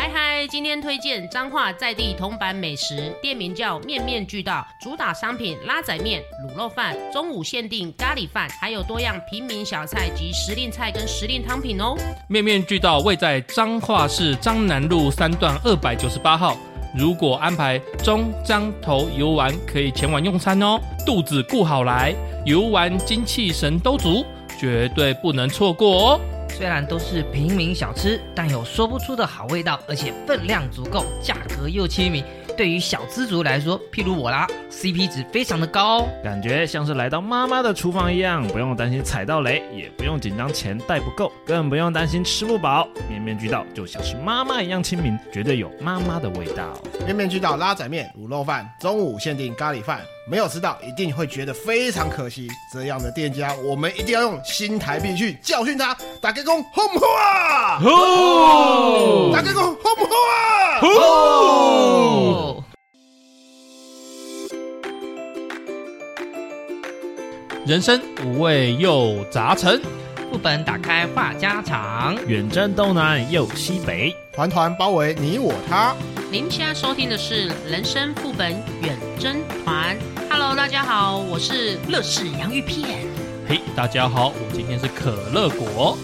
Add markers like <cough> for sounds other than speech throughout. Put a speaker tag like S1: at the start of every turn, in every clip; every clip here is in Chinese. S1: K 今天推荐彰化在地铜板美食，店名叫面面俱到，主打商品拉仔面、卤肉饭，中午限定咖喱饭，还有多样平民小菜及时令菜跟时令汤品哦。
S2: 面面俱到，位在彰化市彰南路三段二百九十八号。如果安排中彰头游玩，可以前往用餐哦。肚子顾好来，游玩精气神都足，绝对不能错过哦。
S3: 虽然都是平民小吃，但有说不出的好味道，而且分量足够，价格又亲民。对于小资族来说，譬如我啦，CP 值非常的高哦。
S4: 感觉像是来到妈妈的厨房一样，不用担心踩到雷，也不用紧张钱带不够，更不用担心吃不饱，面面俱到，就像是妈妈一样亲民，绝对有妈妈的味道。
S5: 面面俱到拉仔面、卤肉饭，中午限定咖喱饭，没有吃到一定会觉得非常可惜。这样的店家，我们一定要用新台币去教训他。打个工，轰不轰啊？
S2: 哦
S5: 打个工，轰不轰啊？
S3: 哦，
S2: 人生五味又杂陈，
S3: 副本打开话家常，
S4: 远征东南又西北，
S5: 团团包围你我他。
S1: 您现在收听的是《人生副本远征团》，Hello，大家好，我是乐事洋芋片。
S2: 嘿，大家好，我今天是可乐果。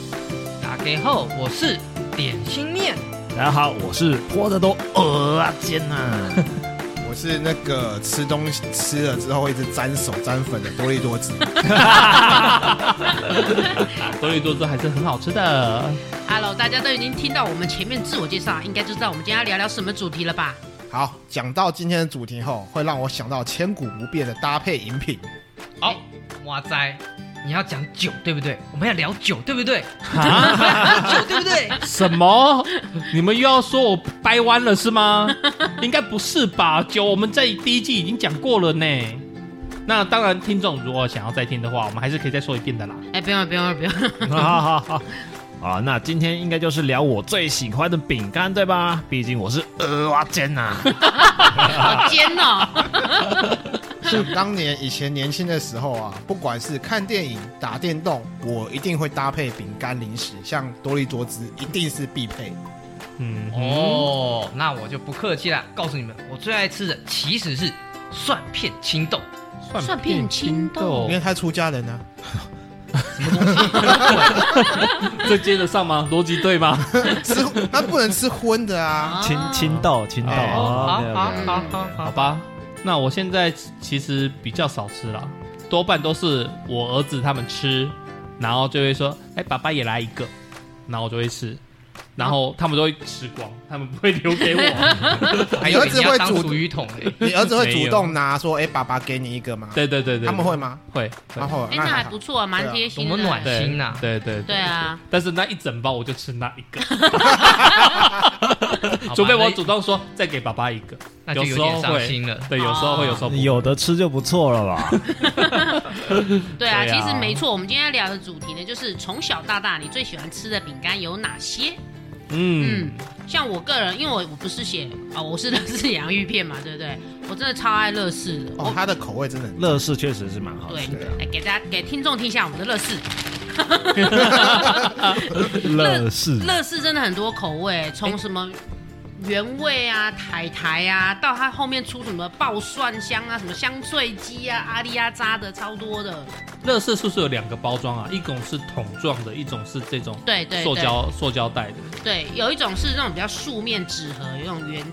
S3: 打开后我是点心面，
S4: 大家好，我是波得多鹅啊尖呐、
S5: 我是那个吃东西吃了之后一直沾手沾粉的多利多子。
S2: 啊多利多汁还是很好吃的。
S1: Hello，大家都已经听到我们前面自我介绍，应该就知道我们今天要聊聊什么主题了吧？
S5: 好，讲到今天的主题后，会让我想到千古不变的搭配饮品。
S3: 好、哇塞，你要讲酒对不对？我们要聊酒对不对？
S2: 啊？
S3: <laughs> 酒对不对？
S2: 什么？你们又要说我掰弯了是吗？应该不是吧？酒我们在第一季已经讲过了呢。那当然，听众如果想要再听的话，我们还是可以再说一遍的啦。
S1: 哎，不用了，不用了，不 <laughs> 用了。
S4: 好好好好。啊，那今天应该就是聊我最喜欢的饼干，对吧？毕竟我是鹅啊尖呐、
S1: 好尖哦！
S5: 想当年以前年轻的时候啊， <laughs> 不管是看电影、打电动，我一定会搭配饼干零食，像多利多汁一定是必配。
S2: 嗯，
S3: 哦，那我就不客气啦，告诉你们，我最爱吃的其实是蒜片青豆。
S1: 蒜片青豆
S2: 哦
S5: 因为他出家人啊呢、
S2: 这接得上吗？逻辑对吗？
S5: 啊，吃他不能吃荤的啊。
S4: 亲亲到亲到，
S5: 哎
S3: 好
S4: 哦
S3: 好
S4: ，OK，OK
S3: 好好
S2: <laughs> 好
S3: 好，
S2: 吧，那我现在其实比较少吃了，多半都是我儿子他们吃，然后就会说：“哎，爸爸也来一个。”然后我就会吃，然后他们都会吃光，他们不会留给我。
S3: 还
S5: 你
S3: 有
S5: 儿子会
S3: 煮
S5: 主，
S3: 鱼桶 <laughs> 嘞。
S5: 你儿子会主动拿说，哎、爸爸给你一个吗？
S2: 对对对对，
S5: 他们会吗？
S2: 会
S5: 他
S2: 会，
S5: 会，
S1: 哎，
S5: 那
S1: 那还
S5: 还好
S1: 不。错啊，蛮贴
S3: 多
S1: 心
S3: 么
S1: 的。
S3: 暖
S2: 对
S3: 心呐！
S2: 对对
S1: 对啊，
S2: 但是那一整包我就吃那一
S1: <laughs>
S2: 个，
S3: 好吧
S2: 除非我
S3: 那
S2: 主动说再给爸爸一个。
S3: 那就有
S2: 时候
S3: 点伤
S2: 会
S3: 心了。
S2: 对，有时
S1: 哦
S2: 候会，有时候不会。
S4: 有的吃就不错了吧？
S1: 对啊，
S2: 对啊
S1: 其实没错。我们今天要聊的主题呢，就是从小到大你最喜欢吃的饼干有哪些？
S2: 嗯
S1: 嗯，，像我个人，因为我我不是写啊、我是乐事洋芋片嘛，对不对？我真的超爱乐事的。
S5: 哦，啊
S1: 我
S5: 他的口味真的很
S4: 乐事确实是蛮好吃
S1: 对
S4: 的，，
S1: 来给大家给听众听一下我们的乐事，
S4: <laughs> 乐事
S1: 乐事真的很多口味，从什么原味啊、台台啊，到它后面出什么爆蒜香啊、什么香脆鸡啊、阿里阿扎的，超多的。
S2: 乐事是不是有两个包装啊？一种是桶状的，一种是这种
S1: 对对对，
S2: 塑胶塑胶袋的。
S1: 对，有一种是那种比较竖面纸盒，有一种圆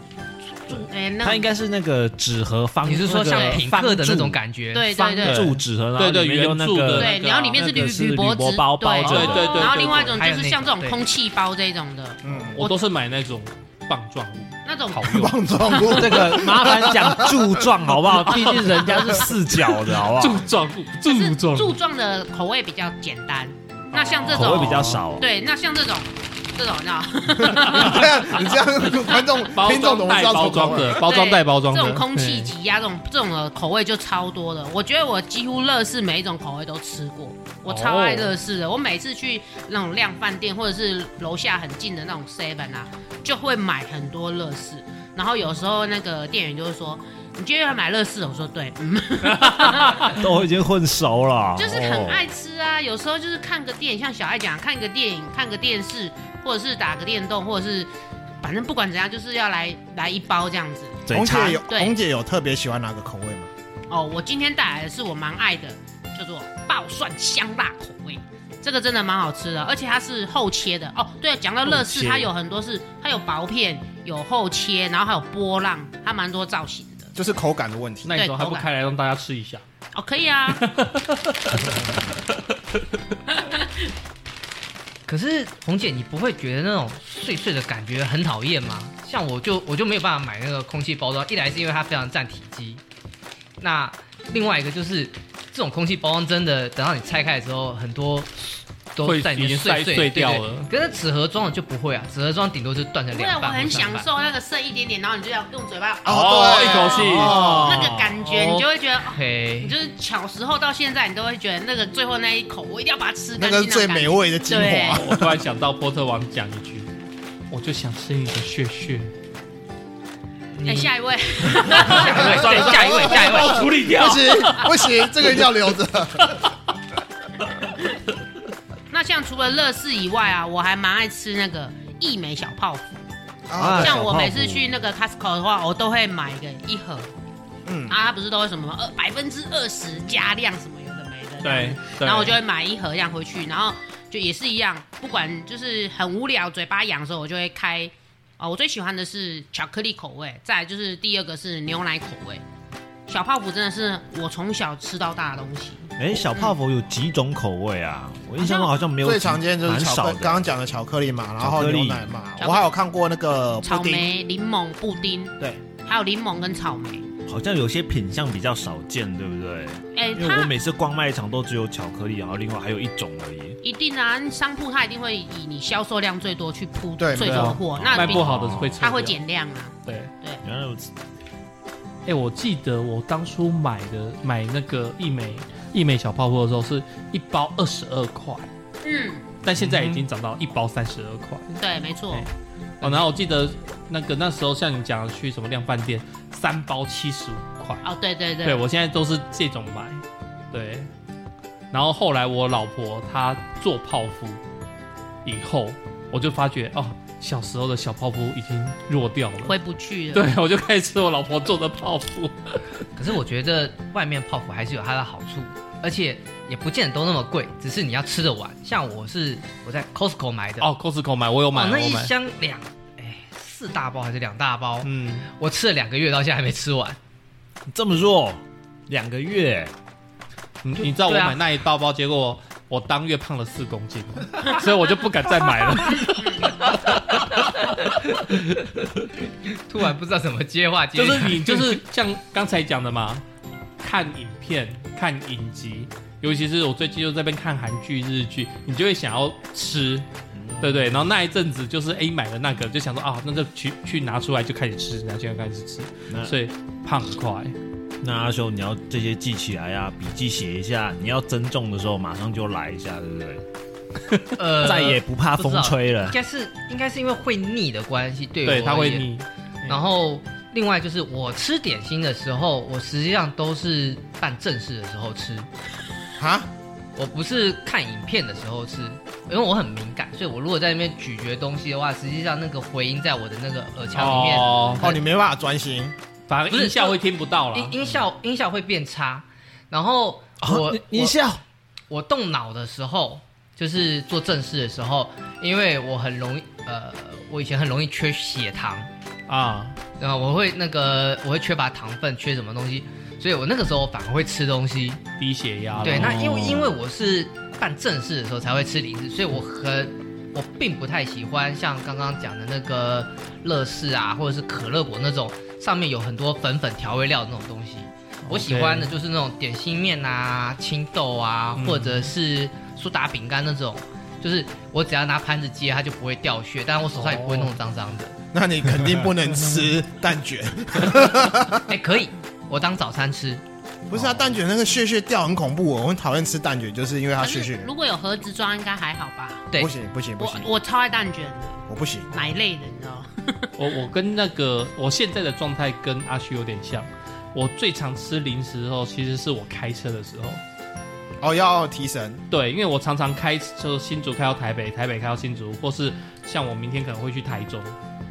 S1: 柱，哎、那
S4: 它应该是那个纸盒方，
S3: <laughs> 你是说像
S4: 那个
S3: 品客的那
S4: 方
S3: 种
S4: 柱？
S3: 感觉？
S1: 对对
S4: 方
S1: 对。
S4: 柱纸盒，然后
S2: 对对
S4: 里面用那
S2: 圆柱的
S4: 个
S2: 那个
S1: 对，然后里面是
S4: 那
S1: 铝
S4: 个是
S1: 铝箔纸，
S4: 铝箔包包
S2: 着的对对对
S1: 然后另外一种就是像这
S3: 还
S1: 种
S3: 有那个
S1: 空气包这种的，
S5: 嗯，
S2: 我都是买那种棒状物，
S1: 那种
S2: 好 <laughs>
S5: <laughs>
S2: 用。
S5: 棒状物，
S4: <laughs> 这个麻烦讲柱状好不好？毕竟人家是四角的，
S3: <laughs>
S4: 好不
S2: 柱
S4: 好？
S2: 状物，柱状
S1: 柱状的口味比较简单。那像这
S4: 口味
S1: 种，
S4: 比较少，啊
S1: 对，那像这种，这种叫
S5: 这啊样你这样观众
S2: <laughs> 包
S5: 听
S2: 装
S5: 众怎么
S2: 袋
S5: 知道
S2: 包
S5: 出口
S2: 装
S5: 味？
S2: 的，包装袋包装
S1: 这
S2: 的嗯
S1: 种空气挤压这种这种的口味就超多的。我觉得我几乎乐事每一种口味都吃过，我超爱乐事的。我每次去那种量饭店或者是楼下很近的那种 Seven 啊，就会买很多乐事。然后有时候那个店员就会说：“你今天要买乐事？”我说：“对，嗯。”
S4: 都已经混熟
S6: 哦
S4: 了，
S1: 就是很爱吃啊。有时候就是看个电影，像小爱讲，看个电影、看个电视，或者是打个电动，或者是反正不管怎样，就是要来来一包这样子。
S4: 哦嘴
S5: 红
S4: 馋
S5: 姐有
S1: 对
S5: 红姐有特别喜欢哪个口味吗？
S1: 哦，我今天带来的是我蛮爱的，叫做爆蒜香辣口味，这个真的蛮好吃的，而且它是厚切的哦。对，讲到乐
S4: 厚
S1: 事，
S4: 切
S1: 它有很多是它有薄片，有厚切，然后还有波浪，它蛮多造型的。
S5: 就是口感的问题。
S2: 那你
S1: 对
S2: 怎么还不
S1: 口感
S2: 开来让大家吃一下？
S1: 哦，可以啊，
S3: 可是红姐，你不会觉得那种碎碎的感觉很讨厌吗？像我就我就没有办法买那个空气包装，一来是因为它非常占体积，那另外一个就是这种空气包装真的等到你拆开的时候，很多都
S2: 会
S3: 在你
S2: 已经
S3: 碎
S2: 塞
S3: 碎
S2: 碎
S3: 对
S2: 掉
S3: 对
S2: 了
S3: 可是纸盒装的就不会啊，纸盒装顶多就断成
S1: 因为啊
S3: 两
S1: 我
S3: 半或
S1: 很享
S3: 三半。
S1: 受那个剩一点点，然后你就要用嘴巴
S5: 哦
S2: 一口气
S5: 哦
S1: 那个感觉，
S3: 哦
S1: 你就会觉得。哦
S3: 嘿
S1: 你就是 <laughs> 小时候到现在，你都会觉得那个最后那一口，我一定要把它吃
S5: 那
S1: 干净。
S5: 个是最美
S1: 味。
S5: 味的精华。
S1: 对
S2: 我突然想到波特王讲一句，我就想吃你的血血。
S1: 哎，下一位，<laughs>
S3: <laughs> 下一位，对下一位，下一位，
S2: 哎处理 <laughs> 掉
S5: 不行不行，这个一定要留 <laughs> 着。
S1: 那像除了乐事以外啊，我还蛮爱吃那个益美小泡芙。
S5: 啊
S1: 像我每次去那个 Costco 的话，我都会买个一盒
S5: 嗯，
S1: 啊，它不是都会什么二百分之二十加量什么有的没的。
S2: 对，对
S1: 然后我就会买一盒这样回去，然后就也是一样，不管就是很无聊、嘴巴痒的时候，我就会开。啊、我最喜欢的是巧克力口味，再来就是第二个是牛奶口味。小泡芙真的是我从小吃到大的东西。
S6: 哎，小泡芙有几种口味啊？我印象中好像没有几，
S5: 最常见就是
S6: 蛮
S5: 巧
S6: 少
S5: 克，
S6: 的
S5: 刚刚讲的巧克力嘛，然后
S6: 巧克力
S5: 牛奶嘛
S1: 巧克，力
S5: 我还有看过那个
S1: 草
S5: 布丁，
S1: 莓、柠檬、布丁，
S5: 对，
S1: 还有柠檬跟草莓。
S6: 好像有些品相比较少见，对不对？
S1: 哎、
S6: 因为我
S1: 它
S6: 每次逛卖场都只有巧克力，然后另外还有一种而已。
S1: 一定啊，商铺它一定会以你销售量最多去铺
S5: 对
S1: 最多的货，那
S2: 哦卖
S1: 比
S2: 不好的会撤掉
S1: 它会。减量啊。
S2: 对，
S6: 原来如此，
S2: 哎，我记得我当初买的买那个一美一美小泡芙的时候是一包二十二块，
S1: 嗯，
S2: 但现在已经涨到一包三十二块。
S1: 对，没错
S2: 哎。哦，然后我记得那个那时候像你讲的去什么量贩店，三包七十五块。
S1: 哦，对对对，
S2: 对我现在都是这种买，对。然后后来我老婆她做泡芙以后，我就发觉哦，小时候的小泡芙已经弱掉了。
S1: 回不去了。
S2: 对，我就开始吃我老婆做的泡芙。
S3: 可是我觉得外面泡芙还是有它的好处，而且也不见得都那么贵，只是你要吃得完。像我是我在 Costco 买的，
S2: 哦，Costco 买，我有买，
S3: 哦，
S2: 我
S3: 那一
S2: 有买。
S3: 箱两，哎，四大包还是两大包？
S2: 嗯，
S3: 我吃了两个月，到现在还没
S2: <laughs>
S3: 吃完。
S6: 这么弱，两个月，
S2: 你你知道我
S3: 对啊
S2: 买那一大包，结果我当月胖了四公 <laughs> 斤，所以我就不敢再买了。
S3: 突然不知道怎么接话接
S2: <laughs> 就
S3: 下
S2: 是 <laughs>
S3: 来，
S2: 你就是像刚才讲的嘛，看影片、看影集，尤其是我最近就在那边看韩剧、日剧，你就会想要吃，对不对？然后那一阵子就是 A 买了那个，就想说啊，那就去去拿出来就开始吃，拿出来开始吃，
S6: 嗯那
S2: 所以胖很快。
S6: 那阿修你要这些记起来啊，笔记写一下。你要增重的时候马上就来一下，对不对？
S3: <laughs> 呃
S6: 再也不怕风吹
S3: 应
S6: 了。
S3: 该是应该是因为会腻的关系，对
S2: 对，
S3: 我
S2: 它
S3: 而
S2: 会
S3: 言。
S2: 腻。嗯
S3: 然后另外就是我吃点心的时候，我实际上都是办正事的时候吃，
S5: 啊，
S3: 我不是看影片的时候吃，因为我很敏感，所以我如果在那边咀嚼东西的话，实际上那个回音在我的那个耳腔里面，
S2: 哦，
S5: 哦，你没办法专心，
S2: 反正音效会听不到啦。
S3: 音音效音效会变差。然后我、
S6: 哦你笑，
S3: 我动脑的时候，就是做正事的时候，因为我很容易，呃，我以前很容易缺血糖，
S2: 啊，
S3: 然后我会那个我会缺乏糖分，缺什么东西，所以我那个时候反而会吃东西。
S2: 低血压。
S3: 对，那因为因为我是办正事的时候才会吃零食，所以我很我并不太喜欢像刚刚讲的那个乐事啊，或者是可乐果那种上面有很多粉粉调味料的那种东西。我喜欢的就是那种点心面啊、青豆啊，
S2: 嗯
S3: 或者是苏打饼干那种，就是我只要拿盘子接，它就不会掉屑，但我手上也不会弄脏脏的。
S5: 那你肯定不能吃蛋卷。
S3: 哎、可以，我当早餐吃。
S5: 不是啊，蛋卷那个屑屑掉很恐怖哦，我很讨厌吃蛋卷，就是因为它
S1: 可
S5: 屑
S1: 是
S5: 屑。
S1: 如果有盒子装，应该还好吧？
S3: 对
S5: 不，行不行不
S1: 哦我
S5: 行，
S1: 我超爱蛋卷的，
S5: 我不行。
S1: 奶类的，你知
S2: <laughs>
S1: 道吗？
S2: 我我跟那个我现在的状态跟阿虚有点像。我最常吃零食的时候，其实是我开车的时候。
S5: 哦，要提神。 <laughs>
S2: 对，因为我常常开车，新竹开到台北，台北开到新竹，或是像我明天可能会去台中，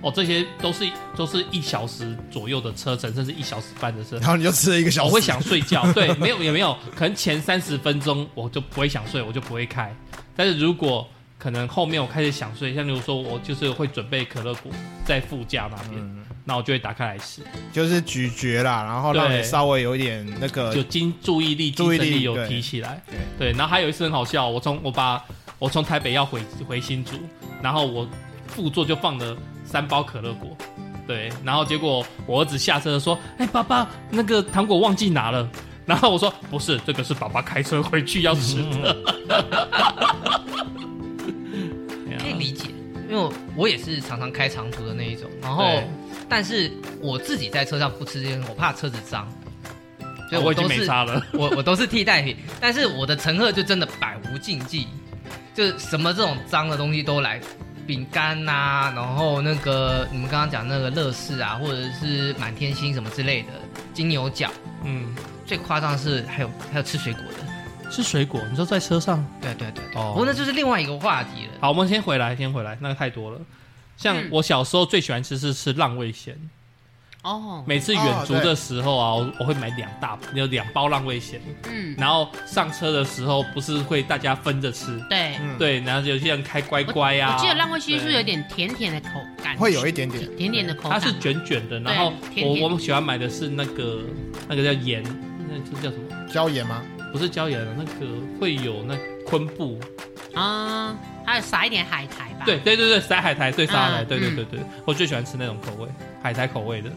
S2: 哦，这些都是都是一小时左右的车程，甚至一小时半的车
S5: 然。后你就吃了一个小
S2: 我
S5: 时，
S2: 会想睡觉，对，没有也没有，可能前三十分钟我就不会想睡，我就不会开。但是如果可能后面我开始想睡，像比如说我就是会准备可乐果在副驾那
S5: 嗯
S2: 边，那、我就会打开来吃，
S5: 就是咀嚼啦，然后让
S2: 对
S5: 你稍微有一点那个
S2: 就精注意力、精
S5: 呃注意
S2: 神
S5: 力
S2: 力有
S5: 对
S2: 提起来。对，然后还有一次很好笑，我从我把我从台北要回回新竹，然后我副座就放了三包可乐果，对，然后结果我儿子下车说：“哎、爸爸，那个糖果忘记拿了。”然后我说：“不是，这个是爸爸开车回去要吃的。
S5: 嗯
S2: <laughs> 对啊
S3: 可以理解，因为我我也是常常开长途的那一种，然后
S2: 对
S3: 但是我自己在车上不吃这些，我怕车子脏，所
S2: 啊
S3: 以
S2: 我已
S3: 都
S2: 经没
S3: 是
S2: 差了。
S3: <laughs> 我我都是替代品，但是我的乘客就真的百无禁忌，就是什么这种脏的东西都来，饼干呐，然后那个你们刚刚讲那个乐事啊，或者是满天星什么之类的，金牛角，
S2: 嗯，
S3: 最夸张的是还有还有吃水果的，
S2: 吃水果，你说在车上
S3: 对对对对，
S2: 哦
S3: 不过那就是另外一个话题了。
S2: 好，我们先回来，先回来，那个太多了。像
S1: 嗯
S2: 我小时候最喜欢吃是吃浪味仙，
S1: 哦，
S2: 每次远足的时候啊，我我会买两大有两包浪味仙，
S1: 嗯，
S2: 然后上车的时候不是会大家分着吃，
S1: 对，
S5: 嗯，
S2: 对，然后有些人开乖乖呀、啊，
S1: 我记得浪味西是不是有
S2: 对
S1: 点甜甜的口感？
S5: 会有一点点
S1: 甜甜的口
S2: 它
S1: 感。
S2: 是卷卷的，然后
S1: 对甜
S2: 我
S1: 甜
S2: 我们喜欢买的是那个那个叫盐，那这叫什么？
S5: 椒盐吗？
S2: 不是椒盐啊的，那个会有那昆布，
S1: 啊，还有撒一点海苔吧。
S2: 对，对对对，塞海苔，对沙海苔，
S1: 啊嗯
S2: 对对
S1: 嗯
S2: 对对，我最喜欢吃那种口味，海苔口味的。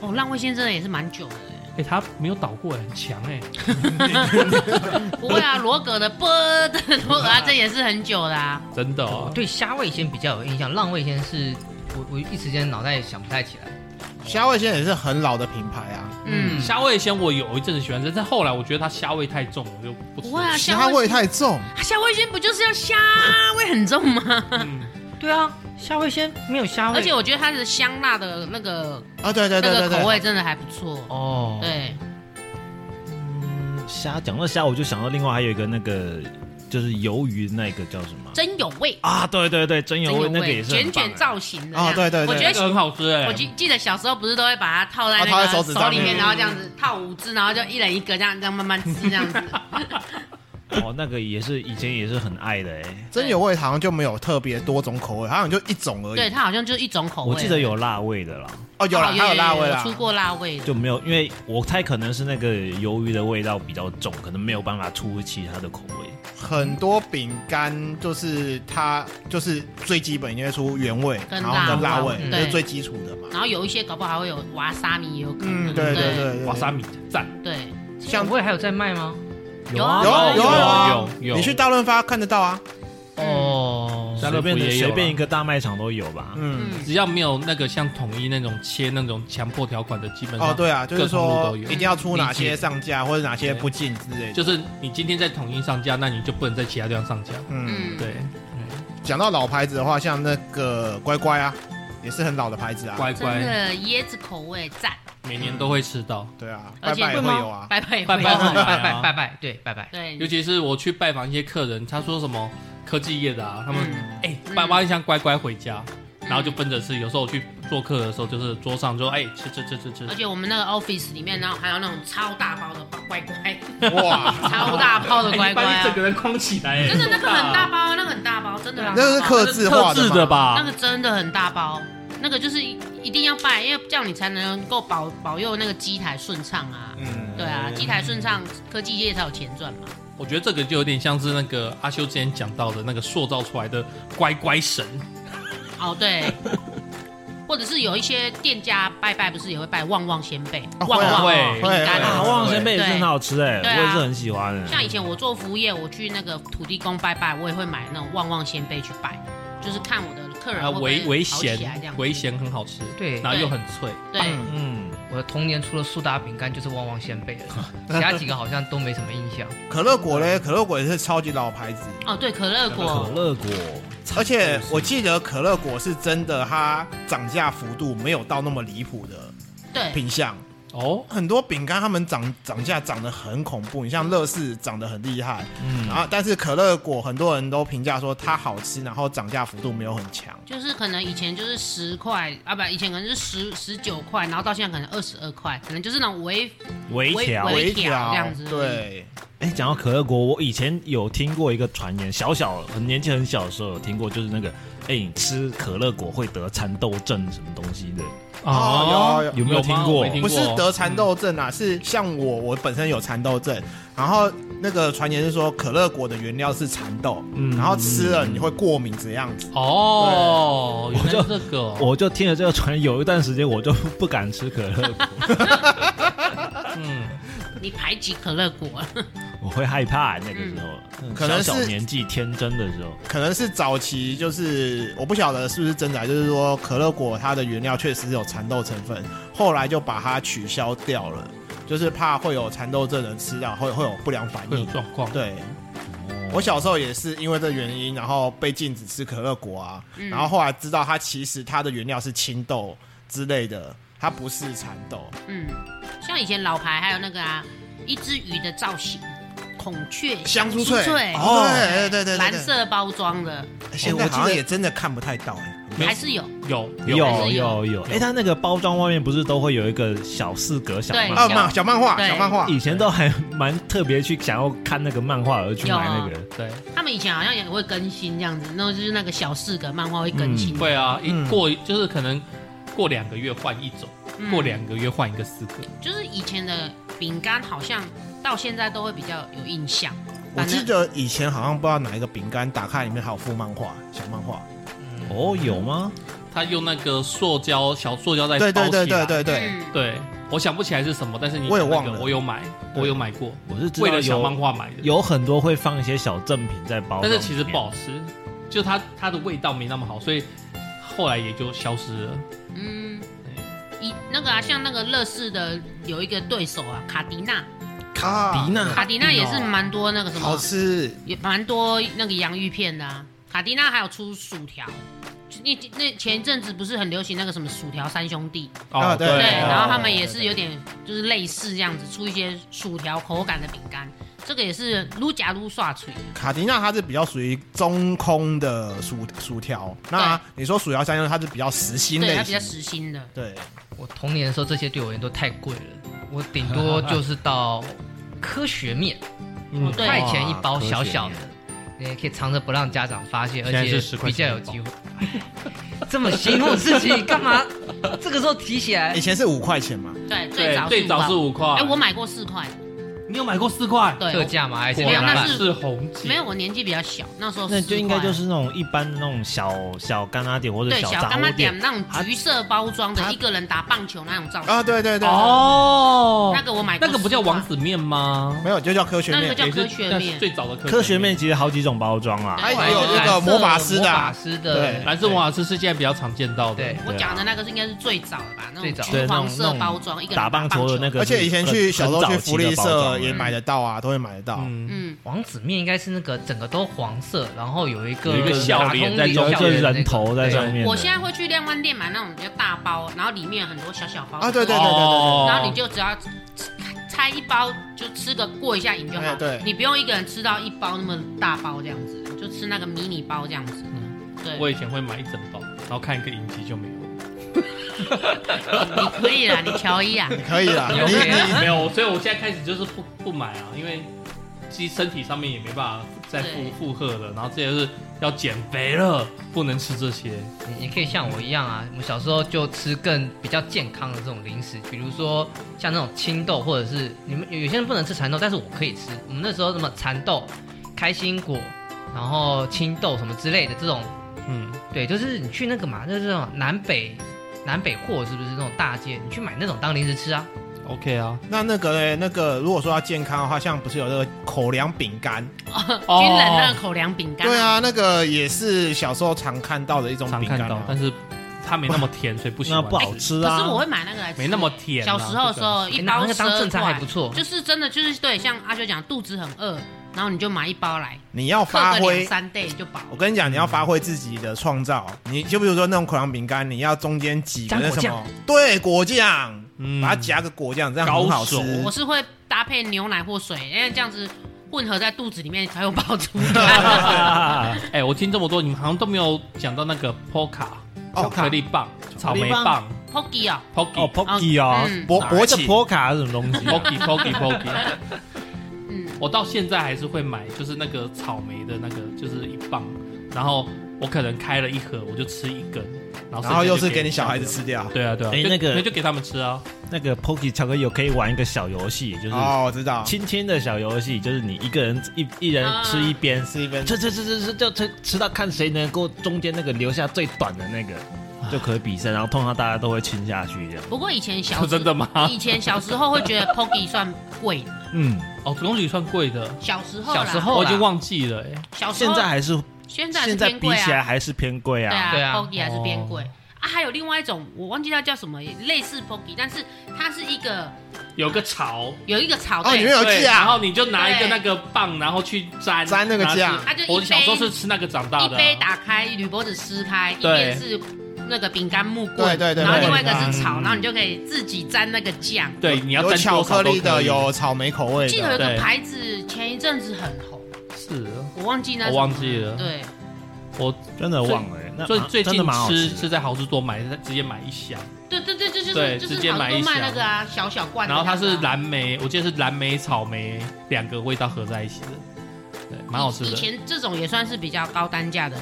S1: 哦，浪味仙真的也是蛮久的。
S2: 哎，它没有倒过，很强哎。
S1: 不 <laughs> 会啊，罗格的波的罗格啊，这也是很久的啊。
S2: 真的
S3: 我
S2: 哦，
S3: 对虾味先比较有印象，浪味先是我我一时间脑袋想不太起来。
S5: 虾味鲜也是很老的品牌啊，
S1: 嗯，
S2: 虾味鲜我有一阵子喜欢吃，但后来我觉得它虾味太重，我就不吃。
S1: 不会啊，
S5: 虾味太重，
S1: 虾味鲜不就是要虾味很重吗？
S2: 嗯，
S3: 对啊，虾味先没有虾味，
S1: 而且我觉得它的香辣的那个
S5: 啊，对
S1: 那
S5: 对对
S1: 个
S5: 对
S1: 口味
S5: 对，
S1: 真的还不错。
S6: 哦，
S1: 对，
S6: 虾嗯讲到虾，我就想到另外还有一个那个就是鱿鱼那个叫什么
S1: 真有味，
S6: 啊？对对对，真
S1: 真
S6: 鱿
S1: 有
S6: 味那个也
S1: 味，
S6: 是
S1: 卷
S6: 很棒
S1: 卷造型的。
S5: 啊对对对
S1: 我觉
S2: 那
S1: 得
S2: 个很好吃哎
S1: 我。记记得小时候不是都会把它套在
S5: 哦套
S1: 那
S5: 在手
S1: 个
S5: 指
S1: 手
S5: 上
S1: 里
S5: 面
S1: 面，然后这样子套五只，然后就一人一个这样
S5: <laughs>
S1: 这样慢慢吃这样子。
S6: 哦，那个也是以前也是很爱的哎，
S5: 真有味好像就没有特别多种口味，好像就一种而
S1: 对，
S5: 已。
S1: 它好像就一种口味。
S6: 我记得有辣味的啦，
S5: 哦，有
S1: 哦
S5: 啦，还有辣味
S1: 有，
S5: 啦
S1: 出过辣味的。
S6: 就没有，因为我猜可能是那个鱿鱼的味道比较重，可能没有办法出其他的口味。
S5: 很多饼干就是它就是最基本，因为出原味，
S1: 跟
S5: 然后跟
S1: 辣
S5: 辣味，
S1: 嗯
S5: 这是
S1: 对
S5: 最基础的嘛。
S1: 然后有一些搞不好还会有瓦沙米，也有可能。
S5: 嗯，对对
S1: 对
S5: 对对，
S2: 瓦萨米赞，
S1: 对
S5: 像
S3: 味还有在卖吗？
S1: 有啊有
S5: 啊有啊有啊
S2: 有有，
S5: 你去大润发看得到啊。
S3: 哦，
S2: 家
S6: 随
S2: 乐福
S6: 便的
S2: 也有
S6: 随
S2: 啦
S6: 便一个大卖场都有吧？
S5: 嗯，
S1: 嗯，
S2: 只要没有那个像统一那种切那种强迫条款的，基本上
S5: 哦，对啊，就是
S2: 各通路
S5: 说
S2: 都有
S5: 一定要出哪
S2: 理
S5: 些
S2: 解
S5: 上架或者哪些不进之类的。
S2: 就是你今天在统一上架，那你就不能在其他地方上架。
S5: 嗯，
S1: 嗯
S2: 对，
S5: 讲到老牌子的话，像那个乖乖啊，也是很老的牌子啊。
S2: 乖
S1: 真
S2: 乖，
S1: 的椰子口味赞，
S2: 每年都会吃到。
S5: 对啊，
S1: 而
S5: 拜
S1: 且
S5: 拜也会有啊。
S1: 拜拜也
S2: 拜
S1: 会
S2: 拜
S1: 有
S2: 拜拜
S3: 拜拜拜拜，对，拜拜。
S1: 对，
S2: 尤其是我去拜访一些客人，他说什么科技业的啊，他们
S1: 嗯
S2: 哎
S1: 嗯
S2: 搬挖一箱乖乖回家，
S1: 嗯
S2: 然后就分着吃。有时候我去做客的时候，就是桌上就哎吃吃吃吃吃
S1: 而，且我们那个 office 里面，然后还有那种超大包的乖乖，
S5: 哇，
S1: 超大包的
S5: <laughs>
S1: 乖乖
S2: 哎你把你整
S1: 啊，
S2: 个人框起来，哎
S1: 真的那个很大
S2: 多
S1: 包，啊那个很大包，真的很大包
S5: 那个是啊刻制化
S2: 特制
S5: 的
S2: 的
S5: 吧？
S2: 吧？
S1: 那个真的很大包，那个就是一一定要拜，因为这样你才能够保保佑那个机台顺畅啊。
S5: 嗯，
S1: 对啊，机台顺畅，科技业才有钱赚嘛。
S2: 我觉得这个就有点像是那个阿修之前讲到的那个塑造出来的乖乖神，
S1: 哦，
S5: <laughs>
S1: 对，或者是有一些店家拜拜，不是也会拜旺旺仙贝
S5: 啊，
S1: 旺
S5: 会啊
S1: 旺
S2: 会
S1: 饼干
S5: 会
S6: 啊，
S5: 会
S6: 旺仙贝也是
S1: 对
S6: 很好吃哎，我
S1: 对啊
S6: 也是很喜欢哎。
S1: 像以前我做服务业，我去那个土地公拜拜，我也会买那种旺旺仙贝去拜，就是看我的客人
S2: 啊
S1: 会不
S2: 维
S1: 会
S2: 维
S1: 跑起来这
S2: 咸
S1: 样。
S2: 维咸很好吃，
S3: 对
S2: 然后又很脆，
S1: 对，
S6: 嗯，
S3: 我的童年除了苏打饼干就是旺旺仙贝
S2: <laughs>
S3: 了，其他几个好像都没什么印象。
S5: 可乐果嘞，可乐果也是超级老牌子，
S1: 哦对，可乐
S6: 可
S1: 果，
S6: 乐果，
S5: 而且我记得可乐果是真的，它涨价幅度没有到那么离谱的
S1: 对
S5: 品相，
S2: 哦，
S5: 很多饼干它们涨涨价涨得很恐怖，你
S1: 嗯
S5: 像乐事涨得很厉害，嗯，然后但是可乐果很多人都评价说它好吃，然后涨价幅度没有很强。
S1: 就是可能以前就是十块啊，不，以前可能是十十九块，然后到现在可能二十二块，可能就是那种微
S6: 微调。
S1: 微
S5: 微
S1: 调
S5: 调
S1: 这样子
S5: 对，
S6: 哎，讲到可乐果，我以前有听过一个传言，小小很年纪很小的时候有听过，就是那个，哎，你吃可乐果会得蚕豆症什么东西的，
S5: 哦有有
S6: 有没有听
S2: 吗
S6: 过
S2: 我没听
S5: 不
S2: 过嗯
S5: 是得蚕豆症啊，是像我，我本身有蚕豆症，然后那个传言是说可乐果的原料是蚕豆，
S6: 嗯
S5: 然后吃了你会过敏这样子。
S2: 哦，原来
S6: 我
S2: 是
S6: 就
S2: 这个哦，
S6: 我就听了这个传言，有一段时间我就不敢吃可乐
S2: <laughs>
S6: 果，
S2: 嗯，
S1: 你排挤可乐果了， <laughs>
S6: 我会害怕那个时候，嗯
S5: 可能是
S6: 小小年纪天真的时候，
S5: 可能是早期就是我不晓得是不是真的啊，就是说可乐果它的原料确实有蚕豆成分，后来就把它取消掉了，就是怕会有蚕豆症的吃到会会有不良反
S2: 会有
S5: 应。
S2: 状况。
S5: 对，我小时候也是因为这原因，然后被禁止吃可乐果啊，
S1: 嗯
S5: 然后后来知道它其实它的原料是青豆之类的，它不是蚕豆。
S1: 嗯，像以前老牌还有那个啊，一只鱼的造型，孔雀
S5: 香酥脆
S1: 脆，
S5: 哦对对对对对
S1: 蓝色包装的
S5: 现在好像也真的看不太到哎、
S2: 没
S1: 还是有，
S2: 有
S1: 还
S6: 有
S1: 是有
S6: 有有，哎，它那个包装外面不是都会有一个小四格小
S1: 对
S5: 啊
S6: 漫
S5: 漫
S6: 画？
S5: 小漫画，
S1: 对嗯
S5: 小漫
S2: 啊
S5: 画，
S6: 以前都还蛮特别去想要看那个漫画而去买
S1: 啊
S6: 那个，
S2: 对，
S1: 他们以前好像也会更新这样子，那就是那个小四格漫画会更新，
S2: 会啊，一
S5: 嗯
S2: 过就是可能过两个月换一种，
S1: 嗯
S2: 过两个月换一个四格。
S1: 就是以前的饼干好像到现在都会比较有印象，
S5: 我
S1: 反正
S5: 记得以前好像不知道哪一个饼干打开里面还有附漫画，小漫画。
S6: 哦，有吗？
S2: 他用那个塑胶小塑胶袋
S5: 对
S2: 包
S5: 对
S2: 起
S5: 对
S2: 来。
S5: 对对对，
S1: 嗯
S2: 对我想不起来是什么，但是你
S5: 我也
S2: 讲那
S5: 忘
S2: 个
S5: 了
S2: 我有买，我有买过，
S6: 我是知道
S2: 为了小漫
S6: 有
S2: 画买的，
S6: 有很多会放一些小赠品在包装里面，
S2: 但是其实不好吃，就它它的味道没那么好，所以后来也就消失了。
S1: 嗯，一那个啊，像那个乐视的有一个对手啊，卡迪娜，
S5: 卡
S6: 迪娜
S1: 卡迪娜也是蛮多那个什
S5: 好
S1: 么，
S5: 吃，
S1: 也蛮多那个洋芋片的啊。卡迪娜还有出薯条，那那前一阵子不是很流行那个什么薯条三兄弟，
S5: 啊对
S1: 对，
S5: 哦
S1: 然后他们也是有点就是类似这样子出一些薯条口感的饼干，这个也是撸夹撸刷脆，
S5: 卡迪娜它是比较属于中空的薯薯条，那你说薯条香蕉它是比较实心
S1: 对，它
S5: 类
S1: 比较
S5: 型，
S1: 实心的，
S5: 对，
S3: 我童年的时候，这些对我而言都太贵了，我顶
S2: <laughs>
S3: 多就是到科学面，
S2: 嗯
S1: 哦对
S3: 一块钱一包，小小的
S6: 科学，
S3: 你也可以藏着不让家长发现，而
S2: 现在是
S3: 且
S2: 10块
S3: 比较
S2: 钱
S3: 有机会。 <laughs> 这么形容自己干嘛？这个时候提起来
S5: 以，前是五块钱嘛，
S1: 对，最
S2: 对，
S1: 早
S2: 最早是
S1: 五
S2: 五块。
S1: 块，哎，我买过四块，
S2: 你有买过四块？
S1: 对，
S3: 特
S1: 我
S3: 价嘛，还是
S2: 果
S1: 没有
S3: 两
S1: 那
S3: 百
S2: 然
S1: 是
S2: 是红姐，
S1: 没有，我年纪比较小，那时候
S6: 那就应该
S1: 10块啊
S2: 啊
S6: 就是那种一般那种小小干拉点或者
S1: 对小
S6: 杂
S1: 干妈
S6: 货
S1: 点
S6: 店，
S1: 那种橘色包装的，一个人打棒球那种造型，
S5: 啊，对对对，
S2: 哦
S1: 那，个我买过
S2: 那个不叫
S1: 10块
S2: 王，子面吗？
S5: 没有就叫科学
S1: 那个
S5: 面，
S1: 叫
S2: 也是
S1: 科学
S2: 但是
S1: 面，
S2: 最早的
S6: 科学面，其实好几种包装啊啦。
S5: 还
S1: 对
S5: 有那个魔法师的
S3: 魔
S5: 啊
S3: 法，师的
S5: 对
S2: 蓝色魔法师是现在比较常见到的。
S3: 对，
S1: 我讲的那个是应该是最早的吧，那
S3: 最
S1: 种
S3: 早
S1: 橘黄色包装，一个人
S6: 打棒球的那
S1: 个，
S6: 个
S5: 而
S6: 是很，
S5: 且以前去小时候去福利
S6: 很早期的包
S5: 社
S6: 装
S5: 也买得到啊，都会买得到。
S2: 嗯，
S1: 嗯，
S3: 王子面应该是那个整个都黄色，然后有一个
S2: 有一个笑脸在
S6: 有一
S3: 打通
S6: 个
S3: 灵的那
S6: 人头在上
S3: 对
S6: 面的。
S1: 我现在会去量贩店买那种比较大包，然后里面有很多小小包
S5: 啊对对对
S2: 哦
S1: 然后你就只要拆一包就吃个过一下瘾就好
S5: 哎，对
S1: 你不用一个人吃到一包那么大包这样子，就吃那个迷你包这样子，对，
S2: 哦我以前会买一整包，然后看一个影集就没有
S1: 啊
S2: 了。
S1: 你可以啦，你乔伊啊，
S5: 可以啦，
S3: <laughs> 有
S5: 你
S3: 没
S2: 没有，所以我现在开始就是不不买啊，因为其实身体上面也没办法再负
S1: 对
S2: 负荷了，然后这些是要减肥了，不能吃这些。
S3: 你你可以像我一样啊，我们小时候就吃更比较健康的这种零食，比如说像那种青豆，或者是你们有有些人不能吃蚕豆，但是我可以吃。我们那时候什么蚕豆、开心果，然后青豆什么之类的这种，
S2: 嗯，
S3: 对，就是你去那个嘛，就是那种南北南北货是不是那种大街，你去买那种当零食吃啊。
S2: OK 啊，
S5: 那那个嘞那个，如果说要健康的话，像不是有那个口粮饼干？
S2: 哦
S1: 军人那个口粮饼干，
S5: 对，啊，那个也是小时候常看到的一种
S2: 常
S5: 饼
S2: 看
S5: 干
S2: 到
S5: 啊，。
S2: 但是它没那么甜，所以不喜
S6: 那
S2: 欢。
S6: 不好，吃
S1: 哎可
S6: 啊！
S1: 是我会买那个来吃，欸
S2: 没那么甜啊。
S1: 小时候的时候，一
S3: 拿
S1: 包
S3: 哎那个当
S1: 12
S3: 正餐还
S1: 块
S3: 不错
S1: 就是真的就是对，像阿修讲，肚子很饿，然后你就买一包来，
S5: 你要
S1: 刻
S5: 哦发
S1: 个两
S5: 挥哦
S1: 三 day 就饱。
S5: 我跟你讲，你要发挥自己的创造，你就比如说那种口粮饼干，你要中间挤个那
S3: 沾果
S5: 什么
S3: 酱，
S5: 对，果酱，
S2: 嗯
S5: 把它夹个果酱，这样很好吃。
S2: 高手
S1: 我是会搭配牛奶或水，因为这样子混合在肚子里面才有饱足感。
S2: <laughs> 哎、我听这么多，你们好像都没有讲到那个 Poca 巧
S5: 哦
S2: 克力棒、草莓
S6: 力棒
S2: 棒、
S1: Pocky 啊，
S6: 哦
S2: Pocky、
S6: ，Pocky 哦，
S1: 嗯
S5: 勃勃
S6: 这
S5: 起，
S6: 波卡是什么东西？啊
S2: Pocky、Pocky、Pocky。
S1: 嗯，
S2: 我到现在还是会买，就是那个草莓的那个，就是一磅，然后我可能开了一盒，我就吃一根，然后
S5: 然后又是给
S2: 剩
S5: 你
S2: 下
S5: 小
S2: 就
S5: 孩子吃掉。
S2: 对啊，对啊，
S6: 哎
S2: 就
S6: 那个
S2: 那就给他们吃啊。
S6: 那个 Pocky 巧克力有可以玩一个小游戏，就是
S5: 哦，我知道，
S6: 亲亲的小游戏，就是你一个人一一人吃一边，
S1: 啊
S5: 吃一根
S6: 吃吃吃吃吃，就吃吃到看谁能够中间那个留下最短的那个
S1: 啊
S6: 就可以比赛，然后通常大家都会亲下去这样。
S1: 不过以前小
S2: <laughs> 真的吗
S1: 以前小时候会觉得 Pocky 算贵，
S6: 嗯，
S2: 哦，公里算贵的，
S1: 小时候啦
S2: 小时候我已经忘记了、哎，
S1: 小时
S6: 哦现
S1: 候
S6: 在还是
S1: 现在还是
S6: 现在
S1: 偏
S6: 比
S1: 贵
S6: 起来
S1: 啊，
S6: 还是偏贵
S1: 对
S6: 啊。
S1: 啊
S3: 对啊
S1: p o c k y 还是偏贵
S6: 哦
S1: 啊。还有另外一种，我忘记它叫什么，类似 Pocky，但是它是一个
S2: 有个槽。
S1: 有一个草
S5: 哦，
S1: 对
S5: 里面有
S2: 对，
S5: 酱
S2: 然后你就拿一个
S1: 对啊
S2: 那个棒，然后去粘
S5: 沾那个
S2: 拿去
S5: 酱
S1: 它就一杯
S2: 我小时候是吃那个长大
S1: 一
S2: 的啊、
S1: 杯打开，铝箔纸撕开，一
S2: 对
S1: 边是那个饼干木棍，
S5: 对对对
S1: 然后
S5: 对
S1: 另外一个是草，然后你就可以自己沾那个酱。
S2: 对，你要
S5: 有
S2: 沾
S5: 巧
S2: 多少
S5: 克
S2: 都
S5: 力
S2: 可
S5: 的，
S2: 以
S5: 有草莓口味
S1: 记得有一
S5: 的，
S1: 个
S2: 对
S1: 牌子前一阵子很红，
S2: 是，
S1: 我忘记那
S2: 我
S1: 什么
S2: 忘记了。
S1: 对，
S2: 我
S6: 真的忘了欸，那
S2: 最
S6: 啊
S2: 最
S6: 真的
S2: 近
S6: 蛮好
S2: 吃
S6: 吃
S2: 是
S6: 的。
S2: 在好市多买，直接买一箱，
S1: 对对对对，就是
S2: 对
S1: 就
S2: 直
S1: 是
S2: 接
S1: 好
S2: 买
S1: 多
S2: 一
S1: 卖
S2: 箱
S1: 那个啊，小小罐的
S2: 然
S1: 那
S2: 后
S1: 个啊。
S2: 它是蓝莓，我记得是蓝莓草莓两个味道合在一起的，对，蛮好吃
S1: 以
S2: 的，嗯
S1: 前这种也算是比较高单价的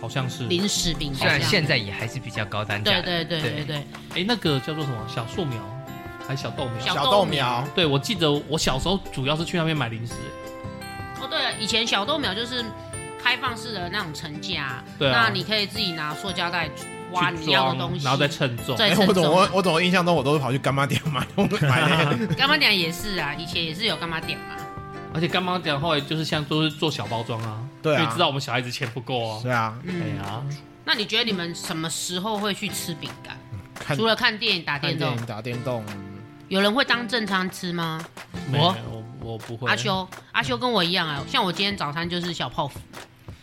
S2: 好像是。
S1: 零食饼
S3: 虽
S1: 干
S3: 然，现在也还是比较高单价
S1: 啊对
S3: 的，
S1: 对对对对，
S2: 哎，那个叫做什么小树苗，还小豆苗？
S1: 小
S5: 小
S1: 豆
S5: 豆苗，
S2: 对，我记得我小时候主要是去那边买零食，
S1: 哦对了，以前小豆苗就是开放式的那种层架，
S2: 对啊
S1: 那你可以自己拿塑胶袋挖
S2: 去
S1: 你要
S2: 装
S1: 的东，西，
S2: 然后再称重。
S1: 再
S5: 哎，
S1: 称
S5: 我怎么
S1: 重
S5: 我我怎么印象中我都是跑去干妈店买 <laughs> 东西买那些
S1: 干妈点也是啊，以前也是有干妈点嘛。
S2: 而且干妈讲后来就是像都是做小包装啊，
S5: 对啊
S2: 因为知道我们小孩子钱不够啊。
S5: 对啊，
S2: 哎
S1: 嗯，
S2: 呀，
S1: 那你觉得你们什么时候会去吃饼干？
S5: 看
S1: 除了看电影、打
S5: 看
S1: 电
S5: 电
S1: 动，
S5: 影、打电动，
S1: 有人会当正餐吃吗？
S2: 没有我我不会。
S1: 阿修，阿修跟我一样啊，像我今天早餐就是小泡芙，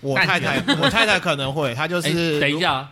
S5: 我
S3: 蛋
S2: <laughs>
S5: 太太我太太可能会，她就
S2: 哎，
S5: 是
S2: 等一下，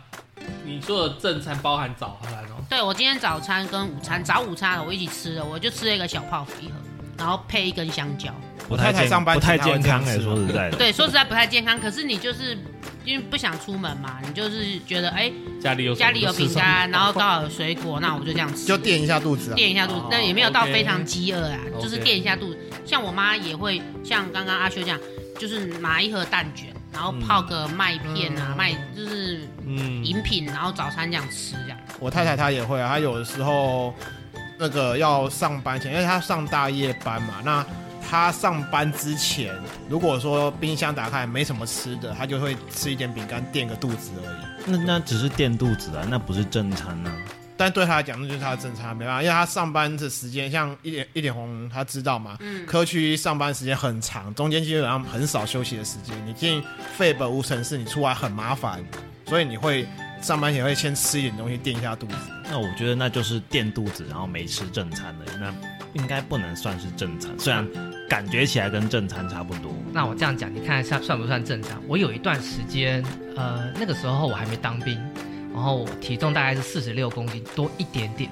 S2: 你说的正餐包含早餐哦。
S1: 对我今天早餐跟午餐，早午餐我一起吃了，我就吃了一个小泡芙一盒，然后配一根香蕉。
S6: 不
S5: 我
S6: 太
S5: 太太
S6: 健
S5: 上班
S6: 不太
S5: 前她会
S6: 健
S5: 这样
S6: 康哎，
S5: 吃
S6: 说实在的，
S1: 对，说实在不太健康，可是你就是因为不想出门嘛，你就是觉得哎、
S2: 家里有什么
S1: 家里有饼干，然后刚好有水果，那我就这样吃，
S5: 就垫一下肚子啊，
S1: 垫一下肚子
S2: 哦，
S1: 但也没有到
S2: OK
S1: 非常饥饿啊，就是
S2: OK
S1: 垫一下肚子。像我妈也会像刚刚阿修这样，就是拿一盒蛋卷，然后泡个麦片啊，麦就是
S2: 嗯
S1: 饮品，然后早餐这样吃这样。
S5: 我太太她也会啊，她有的时候那个要上班前，因为她上大夜班嘛，那她上班之前，如果说冰箱打开没什么吃的，她就会吃一点饼干垫个肚子而已。
S6: 那那只是垫肚子啊，那不是正餐啊。
S5: 但对她来讲，那就是她的正餐，没办法，因为她上班的时间，像一点一点红，她知道嘛，
S1: 嗯，
S5: 科区上班时间很长，中间基本上很少休息的时间。你进废本无城市，你出来很麻烦，所以你会上班前会先吃一点东西垫一下肚子。
S6: 那我觉得那就是垫肚子，然后没吃正餐的，那应该不能算是正餐，虽然感觉起来跟正餐差不多。
S3: 那我这样讲，你看算算不算正常？我有一段时间，呃，那个时候我还没当兵，然后我体重大概是四十六公斤多一点点，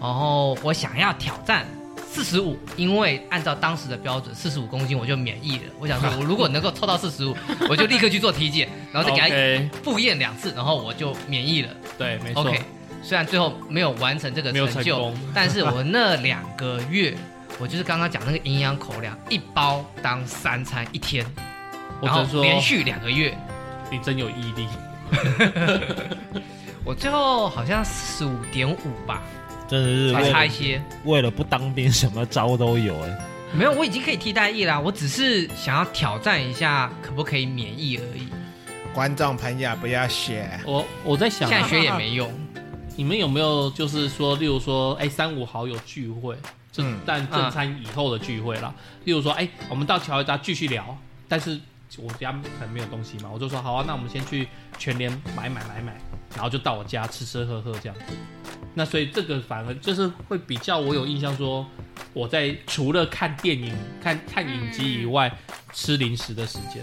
S3: 然后我想要挑战四十五，因为按照当时的标准，四十五公斤我就免疫了。我想说，我如果能够凑到四十五，我就立刻去做体检，然后再给
S2: OK，
S3: 他复验两次，然后我就免疫了。
S2: 对，没错。
S3: OK，虽然最后没有完成这个
S2: 没有成
S3: 成就，
S2: 功
S3: 但是我那两个月， <laughs> 我就是刚刚讲那个营养口粮，一包当三餐一天，
S2: 我只
S3: 然后
S2: 能说
S3: 连续两个月，
S2: 你真有毅力。
S3: 我最后好像四十五点五吧，
S6: 真的是
S3: 还
S6: 为
S3: 差
S6: 了
S3: 一些。
S6: 为了不当兵，什么招都有哎。
S3: 没有，我已经可以替代役啦，我只是想要挑战一下，可不可以免疫而已。
S5: 观众朋友不要写。
S2: 我我在想
S3: 现
S2: 啊、
S3: 在学也没用，
S2: 你们有没有就是说，例如说，哎、三五好友聚会，就
S5: 嗯
S2: 但正餐以后的聚会啦。例如说，哎、我们到乔伊达继续聊，但是我家可能没有东西嘛，我就说好啊，那我们先去全联买买买买，然后就到我家吃吃喝喝这样子。那所以这个反而就是会比较，我有印象说，我在除了看电影、看看影集以外，吃零食的时间。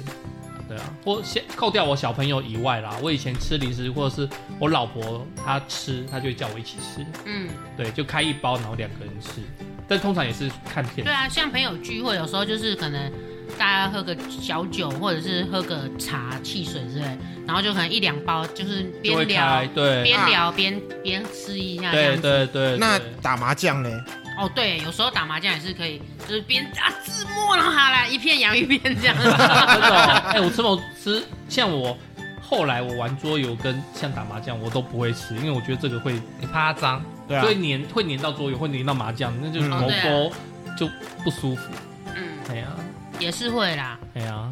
S2: 对啊，我先扣掉我小朋友以外啦，我以前吃零食或者是我老婆她吃，她就会叫我一起吃，
S1: 嗯，
S2: 对，就开一包然后两个人吃，但通常也是看片
S1: 对。啊，像朋友聚会，有时候就是可能大家喝个小酒，或者是喝个茶、汽水之类，然后就可能一两包，就是
S2: 就会
S1: 边聊
S2: 开，对，
S1: 边聊边边吃一下这样
S2: 对
S1: 子。
S2: 对对，
S5: 那
S2: 对
S5: 打麻将呢？
S1: 哦，对，有时候打麻将也是可以，就是边啊自摸，然后好啦，一片洋芋片这样
S2: <laughs>
S1: 子。
S2: 真的哦、哎、我吃我吃，像我后来我玩桌游跟像打麻将，我都不会吃，因为我觉得这个会
S3: 你怕它脏，
S5: 对啊
S2: <laughs> 所，以粘会粘到桌游，会粘到麻将，那就是
S5: 嗯
S2: 狗
S1: 哦对
S2: 狗就不舒服。
S1: 嗯，
S2: 哎呀，
S1: 也是会啦。
S2: 哎呀，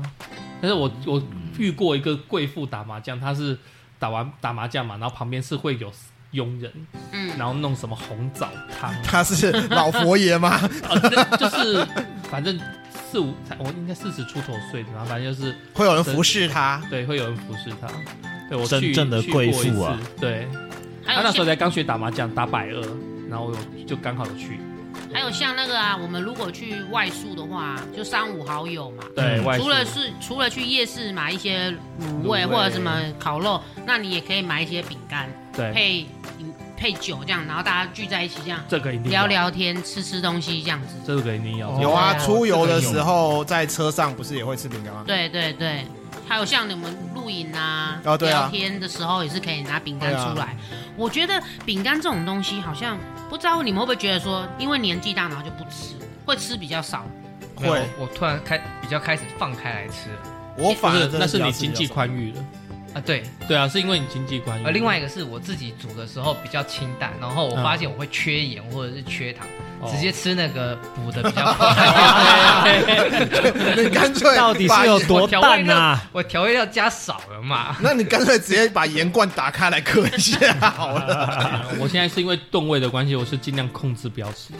S2: 但是我我遇过一个贵妇打麻将，她是打完打麻将嘛，然后旁边是会有佣人，
S1: 嗯，
S2: 然后弄什么红枣
S6: <laughs>
S2: 汤，
S5: 他是老佛爷吗？
S2: 啊那就是反正四五才我应该四十出头岁的，然后反正就是
S5: <laughs> 会有人服侍他？
S2: 对会有人服侍她。对我
S6: 真
S2: 去
S6: 正的贵妇，
S2: 去过
S6: 啊
S2: 一次对，
S1: 还
S2: 她那
S1: 有
S2: 时
S1: 像
S2: 候才刚学打麻将，打百二，然后我就刚好有去，
S1: 还有像那个啊，我们如果去外宿的话，啊就三五好友嘛。
S2: 对，
S6: 嗯
S2: 外
S1: 除
S2: 宿
S1: 了是除了去夜市买一些卤
S2: 卤
S1: 味
S2: 味
S1: 或者什么烤肉，那你也可以买一些饼干
S2: 对，
S1: 配饮配酒这样，然后大家聚在一起这样
S2: 这个一定要
S1: 聊聊天、吃吃东西这样子。
S2: 这个一定要
S5: 有啊，
S1: 哦
S5: 出游的时候在车上不是也会吃饼干吗？
S1: 对对对，还有像你们露营啊、
S5: 哦对啊
S1: 聊天的时候也是可以拿饼干
S5: 对啊
S1: 出来。我觉得饼干这种东西好像不知道你们会不会觉得说，因为年纪大然后就不吃，会吃比较少。
S3: 没有
S5: 会，
S3: 我突然开比较开始放开来吃了
S5: 我
S2: 不
S5: 反而
S2: 是
S5: 真，的
S2: 那是
S5: 比较
S2: 你
S5: 吃
S2: 经济
S5: 比较少 <laughs>
S2: 宽裕了。
S3: 啊，对，
S2: 对啊，是因为你经济宽裕。
S3: 而呃
S2: <laughs>
S3: 另外一个是我自己煮的时候比较清淡，然后我发现我会缺盐或者是缺糖，
S2: 哦
S3: 直接吃那个补的比较
S2: <laughs> 哎
S3: 快。
S5: 你干
S6: <laughs>
S5: 脆
S6: 到底是有多淡啊？
S3: 我调味料加少了嘛
S5: 把，那你干脆直接把盐罐打开来嗑一下好了。
S2: 我现在是因为吨位的关系，我是尽量控制不要吃。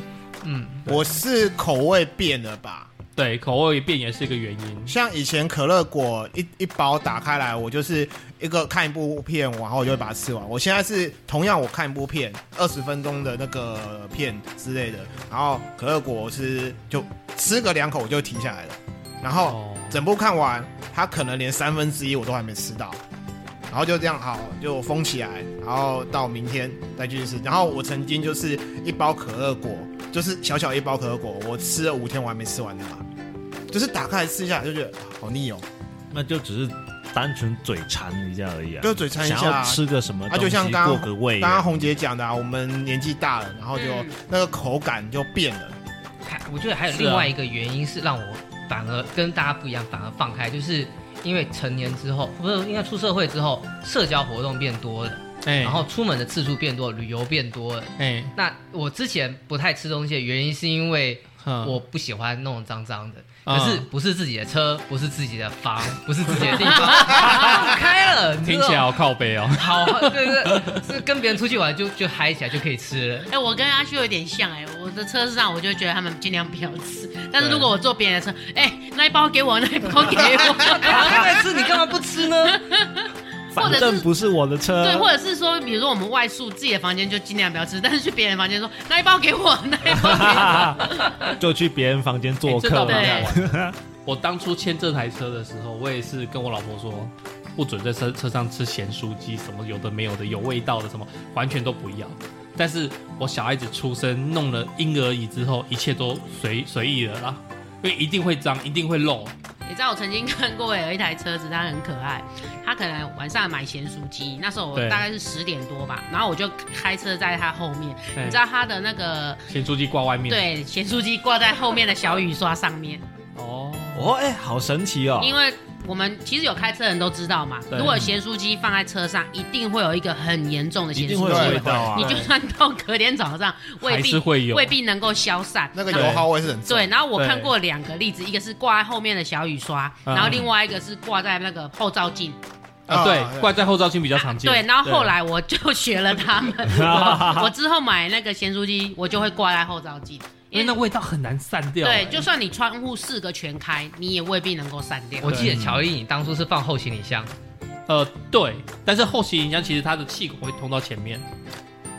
S3: 嗯，
S5: 我是口味变了吧？
S2: 对，口味变也是一个原因。
S5: 像以前可乐果一一包打开来，我就是一个看一部片，然后我就会把它吃完。我现在是同样我看一部片，二十分钟的那个片之类的，然后可乐果是就吃个两口我就停下来了，然后
S2: 哦，
S5: 整部看完，它可能连三分之一我都还没吃到，然后就这样好就封起来，然后到明天再继续吃。然后我曾经就是一包可乐果，就是小小一包可乐果，我吃了五天我还没吃完它，就是打开来吃一下就觉得啊好腻哦，
S6: 那就只是单纯嘴馋一下而已啊，
S5: 就嘴馋一
S6: 想要
S5: 下。
S6: 吃个什么
S5: 啊
S6: 东
S5: 就
S6: 西
S5: 像刚刚
S6: 过个胃
S2: 哎
S5: 刚刚
S6: 啊，
S5: 红姐讲的啊，我们年纪大了，然后就
S1: 嗯
S5: 那个口感就变了。
S3: 还我觉得还有
S2: 是啊
S3: 另外一个原因是让我反而跟大家不一样，反而放开，就是因为成年之后，不是应该出社会之后，社交活动变多了，
S2: 哎，
S3: 然后出门的次数变多了，旅游变多了。
S2: 哎，
S3: 那我之前不太吃东西的原因是因为
S2: 哼
S3: 我不喜欢弄脏脏的，
S2: 嗯
S3: 可是不是自己的车，不是自己
S2: <laughs>
S3: 的房，不是自己的地方， <laughs> 放开了，你知
S2: 听
S3: 道
S2: 起来好靠背哦。
S3: 好， <laughs> 对对，是跟别人出去玩就 <laughs> 就嗨起来就可以吃了。
S1: 哎、我跟阿旭有点像哎、我的车上我就觉得他们尽量不要吃，但是如果我坐别人的车，哎、那一包给我，那一包给我，
S3: 还来吃，你干嘛不吃呢？
S1: 或
S6: 反
S1: 者
S6: 正
S1: 啊是
S6: 不是我的车，
S1: 对，或者是说，比如说我们外宿自己的房间就尽量不要吃，但是去别人房间说那一包给我，那一
S6: <laughs>
S1: 包给我，
S6: 就去别人房间做
S2: 哎这倒
S6: 客
S2: 蛮
S1: 对
S6: 嘛。
S2: 好玩的我当初签这台车的时候，我也是跟我老婆说，不准在车车上吃咸酥鸡，什么有的没有的，有味道的什么，完全都不要。但是我小孩子出生弄了婴儿椅之后，一切都随随意了啦，因为一定会脏，一定会漏。
S1: 你知道我曾经看过有一台车子，它很可爱，它可能晚上买咸酥鸡，那时候我
S2: 对
S1: 大概是十点多吧，然后我就开车在它后面，
S2: 哎
S1: 你知道它的那个
S2: 咸酥鸡挂外面，，
S1: 对咸酥鸡挂在后面的小雨刷上面，
S2: 哦，
S6: 哦，哎，好神奇哦！
S1: 因为我们其实有开车的人都知道嘛，
S2: 对
S1: 如果咸酥鸡放在车上，一定会有一个很严重的
S6: 一
S1: 咸
S6: 定
S1: 酥
S6: 会有
S1: 鸡
S6: 味
S1: 味。
S6: 道啊
S1: 你！就算到隔天早上，未
S2: 还
S1: 必
S2: 是会有
S1: 未必能够消散。
S5: 那个
S1: 然后
S5: 油耗味是很重
S1: 对，，然后我
S2: 对
S1: 看过两个例子，一个是挂在后面的小雨刷，
S2: 嗯
S1: 然后另外一个是挂在那个后照镜。
S2: 啊，
S5: 啊
S2: 对，
S3: 哎
S5: 对
S2: 挂在后照镜比较常见。
S1: 啊对，然后后来我就学了他们， <laughs> 我我之后买那个咸酥鸡，我就会挂在后照镜，
S2: 因为那味道很难散掉。
S1: 对
S2: 哎，
S1: 就算你窗户四个全开，你也未必能够散掉。
S3: 我记得乔伊，你当初是放后行李箱，
S2: 呃对，但是后期影响其实它的气孔会通到前面，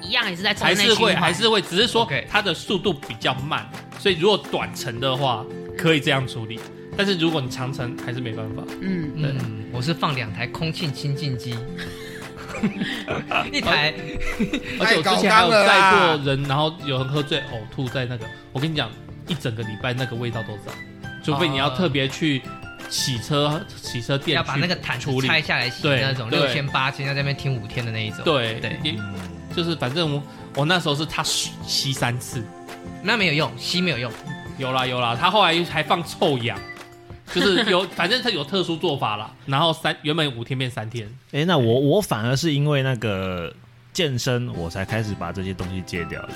S1: 一样也是在车
S2: 还
S1: 内
S2: 是会
S1: 循环
S2: 还是会，只是说
S3: OK
S2: 它的速度比较慢，所以如果短程的话可以这样处理，但是如果你常常还是没办法，
S1: 嗯，
S3: 嗯，我是放两台空气清净机， <laughs> 一
S2: 哦
S3: 台
S2: 而且我之前还有载过人，然后有人喝醉呕吐在那个，我跟你讲，一整个礼拜那个味道都在，除非你要特别去洗车洗车店
S3: 啊要把那个
S2: 去
S3: 毯子
S2: 处理，
S3: 拆下来洗
S2: 对
S3: 那种
S2: 对
S3: 六千八千，要在那边停五天的那一种。，
S2: 对
S3: 对
S2: 也就是反正我我那时候是他吸吸三次，
S3: 那没有用，吸没有用。
S2: 有啦有啦，他后来还放臭氧，就是有反正他有特殊做法啦，然后三原本五天变三天，
S6: 哎、那我我反而是因为那个健身，我才开始把这些东西戒掉的。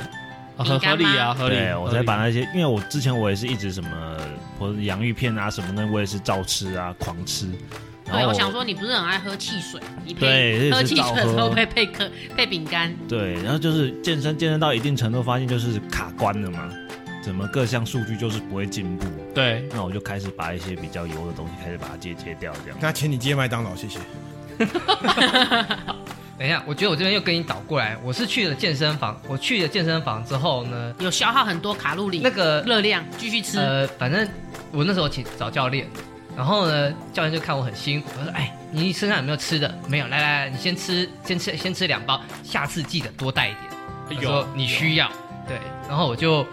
S2: 啊
S1: 饼
S2: 合合
S1: 干吗
S2: 理啊合理
S6: 对，，我才
S2: 合理
S6: 把那些，因为我之前我也是一直什么，我洋芋片啊什么的，我也是照吃啊，狂吃。然
S1: 对，
S6: 后
S1: 我想说你不是很爱喝汽水，你
S6: 哦对
S1: 配喝
S6: 是
S1: 汽水的时
S6: 照
S1: 候
S6: 喝
S1: 会配可配饼干，
S6: 对，然后就是健身健身到一定程度，发现就是卡关了嘛，怎么各项数据就是不会进步，
S2: 对
S6: 那我就开始把一些比较油的东西开始把它戒戒掉，这样。
S5: 那请你接麦当劳，谢谢。
S3: 等一下，我觉得我这边又跟你倒过来，我是去了健身房，我去了健身房之后呢，
S1: 有消耗很多卡路
S2: 嗯
S1: 里
S3: 那、个
S1: 热量，继续吃。
S3: 呃，反正我那时候请找教练，然后呢，教练就看我很辛苦，他说：“哎，你身上有没有吃的？没有，来来来，你先吃，先吃，先吃两包，下次记得多带一点。”他说
S2: 有啊
S3: 你需要，对。然后我就，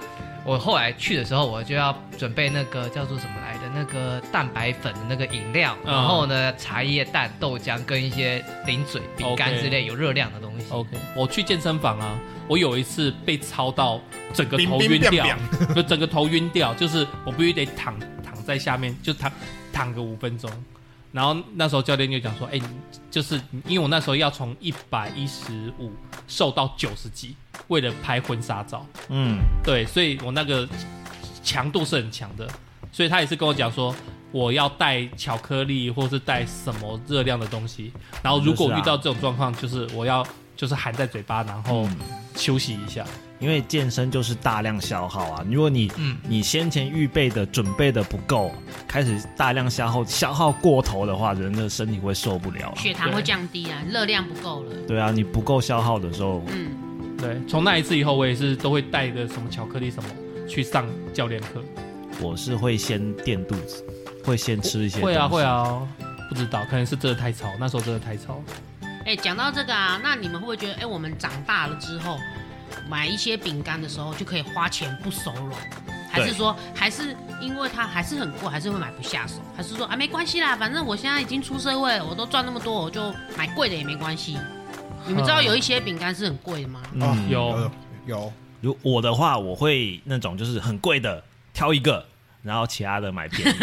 S3: 我后来去的时候，我就要准备那个叫做什么来的那个蛋白粉的那个饮料，
S2: 嗯
S3: 然后呢，茶叶蛋、豆浆跟一些零嘴、饼干
S2: OK
S3: 之类有热量的东西。
S2: OK，我去健身房啊，我有一次被操到整个头晕
S5: 冰冰
S2: 掉
S5: 凉，
S2: <laughs> 就整个头晕掉，就是我必须得躺躺在下面，就躺躺个五分钟。然后那时候教练就讲说，哎、你就是因为我那时候要从一百一十五瘦到九十几，为了拍婚纱照，
S6: 嗯，
S2: 对，所以我那个强度是很强的，所以他也是跟我讲说，我要带巧克力或是带什么热量的东西，然后如果
S6: 就是啊
S2: 遇到这种状况，就是我要就是含在嘴巴，然后
S6: 嗯
S2: 休息一下。
S6: 因为健身就是大量消耗啊，如果你
S3: 嗯
S6: 你先前预备的、准备的不够，开始大量消耗、消耗过头的话，人的身体会受不了啊。
S1: 血糖会降低啊，热量不够了。
S6: 对啊，你不够消耗的时候，
S1: 嗯，
S2: 对，从那一次以后，我也是都会带个什么巧克力什么去上教练课。
S6: 我是会先垫肚子，会先吃一些。
S2: 会啊会。啊，不知道，可能是真的太吵，那时候真的太吵。
S1: 哎，讲到这个啊，那你们会不会觉得，哎，我们长大了之后，买一些饼干的时候就可以花钱不手软？还是
S6: 对
S1: 说，还是因为它还是很贵，还是会买不下手？还是说啊，没关系啦，反正我现在已经出社会了，我都赚那么多，我就买贵的也没关系。你们知道有一些饼干是很贵的吗？
S5: 哦
S6: 嗯，
S2: 有
S5: 呃有，
S6: 如我的话，我会那种就是很贵的挑一个，然后其他的买便宜。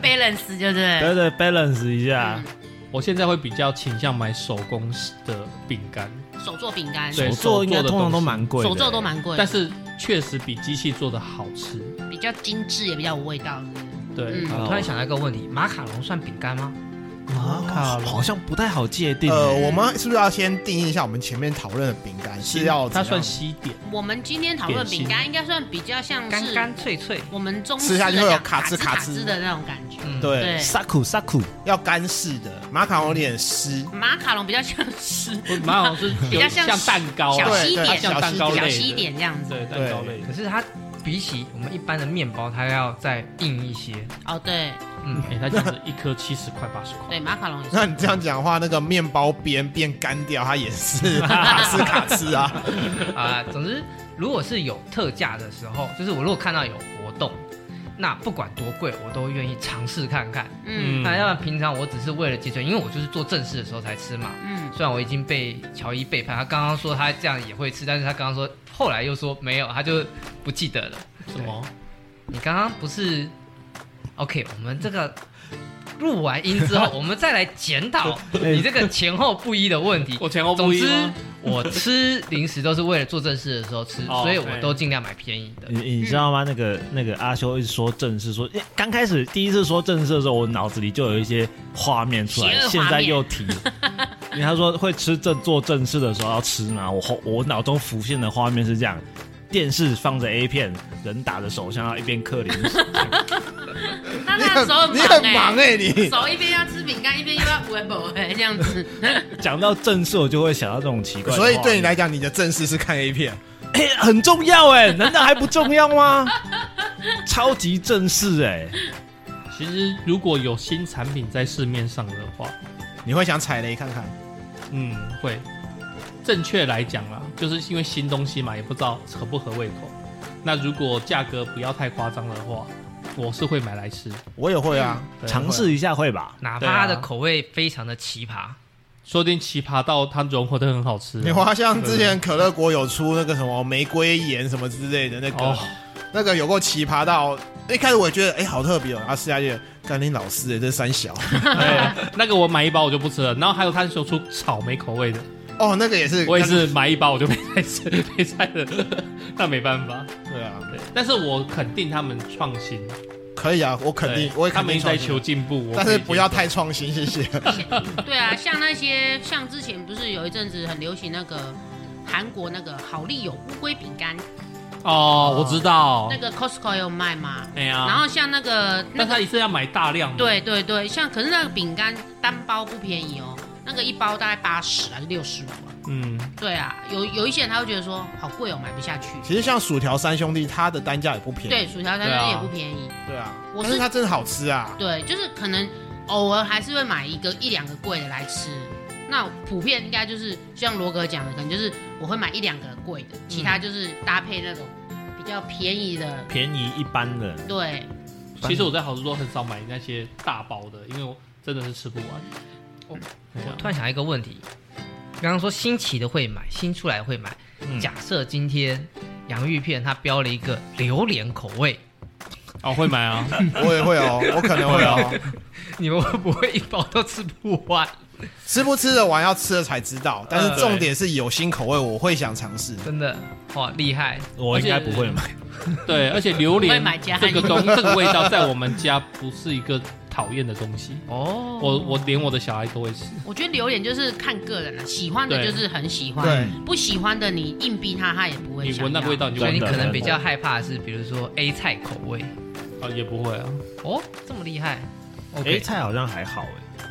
S1: balance 对不对？
S6: 对啊对，balance 一下
S1: 嗯。，
S2: 我现在会比较倾向买手工的饼干，
S1: 手做饼干，
S2: 对
S6: 手做应该通常都蛮贵的，
S1: 手做都蛮贵的，
S2: 但是确实比机器做的好吃。
S1: 比较精致，也比较有味道。
S2: 对，
S1: 嗯
S3: 啊我突然想到一个问题，马卡龙算饼干吗？
S6: 马卡啊龙好像不太好界定欸。
S5: 呃，我们是不是要先定义一下我们前面讨论的饼干是要
S2: 它
S5: 怎样
S2: 算西点。
S1: 我们今天讨论的饼干，应该算比较像
S3: 干
S1: 是
S3: 干脆脆，
S1: 我们中
S5: 吃下去会有
S1: 卡
S5: 卡吱
S1: 卡
S5: 卡吱
S1: 的那种感觉。
S3: 嗯，
S5: 对
S1: 对
S6: 萨库萨库，
S5: 要干式的，马卡龙有点湿，
S1: 马卡龙比较像是
S2: 不马卡龙是
S1: 比较像
S2: 有像蛋糕啊，
S1: 小
S5: 对
S1: 西
S5: 对
S1: 点，
S2: 像蛋糕类
S1: 小
S2: 的
S1: 西点这样子。
S2: 对蛋糕类的。
S3: 可是它比起我们一般的面包，它要再硬一些。
S1: 哦，对
S3: 嗯，
S2: 哎，它就是一颗七十块八十块。
S1: 对，马卡龙也是。
S5: 那你这样讲的话，那个面包边变干掉，它也
S2: <laughs>
S5: 是卡斯卡斯啊。
S3: 啊、总之，如果是有特价的时候，就是我如果看到有活动，那不管多贵，我都愿意尝试看看。
S1: 嗯
S3: 那要不然平常我只是为了节省，因为我就是做正事的时候才吃嘛。
S1: 嗯，
S3: 虽然我已经被乔伊背叛，他刚刚说他这样也会吃，但是他刚刚说后来又说没有，他就不记得了。
S2: 什么？
S3: 你刚刚不是？OK，我们这个录完音
S2: <laughs>
S3: 之后，我们再来检讨你这个前后不一的问
S2: <laughs>
S3: 题。
S2: 我前后
S3: 总
S2: 不一
S3: 之
S2: 吗？，
S3: 我吃零食都是为了做正事的时候吃，
S2: <laughs> 哦
S3: 所以我都尽量买便宜的。
S6: 你你知道吗？那个那个阿修一直说正事，说诶刚开始第一次说正事的时候，我脑子里就有一些画面出
S1: 邪
S6: 来，
S1: 恶画面
S6: 现在又提。因为他说会吃正做正事的时候要吃嘛，我后我脑中浮现的画面是这样：电视放着 A 片，人打着手枪，然后一边嗑零食。 <laughs>
S1: 那那时候
S5: 你很
S2: 欸
S1: 忙
S5: 忙
S1: 哎，
S5: 哎，你
S1: 手一边要吃饼干，一边又要微博哎，这样子。 <laughs>
S6: 讲到正事，我就会想到这种奇怪的画
S5: 所
S6: 面。
S5: 以对你来讲，你的正事是看 A 片，
S6: 哎、很重 <laughs> 要哎、难道还不重要吗？超级正式哎、
S2: 其实如果有新产品在市面上的话，
S5: 你会想踩雷看看？
S2: 嗯，会。正确来讲啊，就是因为新东西嘛，也不知道合不合胃口。那如果价格不要太夸张的话，我是会买来吃。
S5: 我也会啊，
S2: 嗯对
S6: 尝试一下会吧？
S3: 哪
S2: 对
S3: 怕
S2: 啊
S3: 它的口味非常的奇葩，
S2: 说不定奇葩到它融合的很好吃、啊
S5: 你花像之前可乐果有出那个什么玫瑰盐什么之类的那个，
S2: 哦，
S5: 那个有够奇葩到一开始我也觉得哎、好特别哦，然后试下去，干你老师哎、这是
S2: <laughs>
S5: 三小
S2: 对，那个我买一包我就不吃了。然后还有它有出草莓口味的，
S5: 哦，那个也是，
S2: 我也是买一包我就没再吃，没再了。那没办法，
S5: 对啊，
S2: 对。但是我肯定他们创新，
S5: 可以啊，我肯定
S2: 对，
S5: 我也
S2: 他
S5: 肯
S2: 们
S5: 定
S2: 一直在
S5: 创新
S2: 求，进步，我
S5: 但
S2: 可以
S5: 是
S2: 接
S5: 不要
S2: 受
S5: 太创新，谢谢。
S1: 对啊，像那些像之前不是有一阵子很流行那个韩国那个好丽友乌龟饼干，
S2: 哦，我知道
S1: 那，个 Costco 有卖嘛。
S2: 哎呀，
S1: 然后像那个那
S2: 但
S1: 个
S2: 他一次要买大量，，
S1: 对对对，像可是那个饼干单包不便宜哦，那个一包大概八十还是六十五啊？
S2: 嗯，
S1: 对啊，有有一些人他会觉得说好贵哦，买不下去。
S5: 其实像薯条三兄弟，它的单价也不便宜，
S1: 对，薯条三
S2: 对啊
S1: 鲜也不便宜，
S5: 对啊，
S1: 我
S5: 但是
S1: 是
S5: 它真的好吃啊，
S1: 对，就是可能偶尔还是会买一个一两个贵的来吃。那普遍应该就是像罗哥讲的，可能就是我会买一两个贵的，其
S2: 嗯
S1: 他就是搭配那种比较便宜的。
S6: 便宜一般的，
S1: 对，
S2: 其实我在好事多很少买那些大包的，因为我真的是吃不完。
S3: 我
S2: 对啊
S3: 我突然想一个问题，刚刚说新奇的会买，新出来会买。
S2: 嗯
S3: 假设今天洋芋片它标了一个榴莲口味，
S2: 哦，会买
S1: <laughs>
S2: 啊，
S5: <laughs> 我也会哦，我可能会 <laughs> 哦，
S3: 你们会不会一包都吃不完？
S5: 吃不吃得完要吃了才知道，但是
S2: 嗯
S5: 重点是有新口味，我会想尝试。
S3: 真的，哇，厉害！
S6: 我应该不会买。
S2: 对，而且榴
S1: 我
S2: 莲
S1: 会买加
S2: 这个东
S1: <laughs>
S2: 这个味道在我们家不是一个讨厌的东西，
S3: 哦，
S2: 我我连我的小孩都会吃。
S1: 我觉得榴莲就是看个人了、喜欢的
S2: 对
S1: 就是很喜欢，
S5: 对，
S1: 不喜欢的你硬逼他，他也不会
S2: 你
S1: 想
S2: 闻那个
S1: 要
S2: 味道你就
S3: 所以你
S2: 闻
S3: 可
S2: 到
S6: 真的
S3: 能比较害怕的是，比如说 A 菜口味。
S2: 啊，也不会啊。
S3: 哦，这么厉害
S6: 哎，
S3: ？OK，
S6: 菜好像还好哎，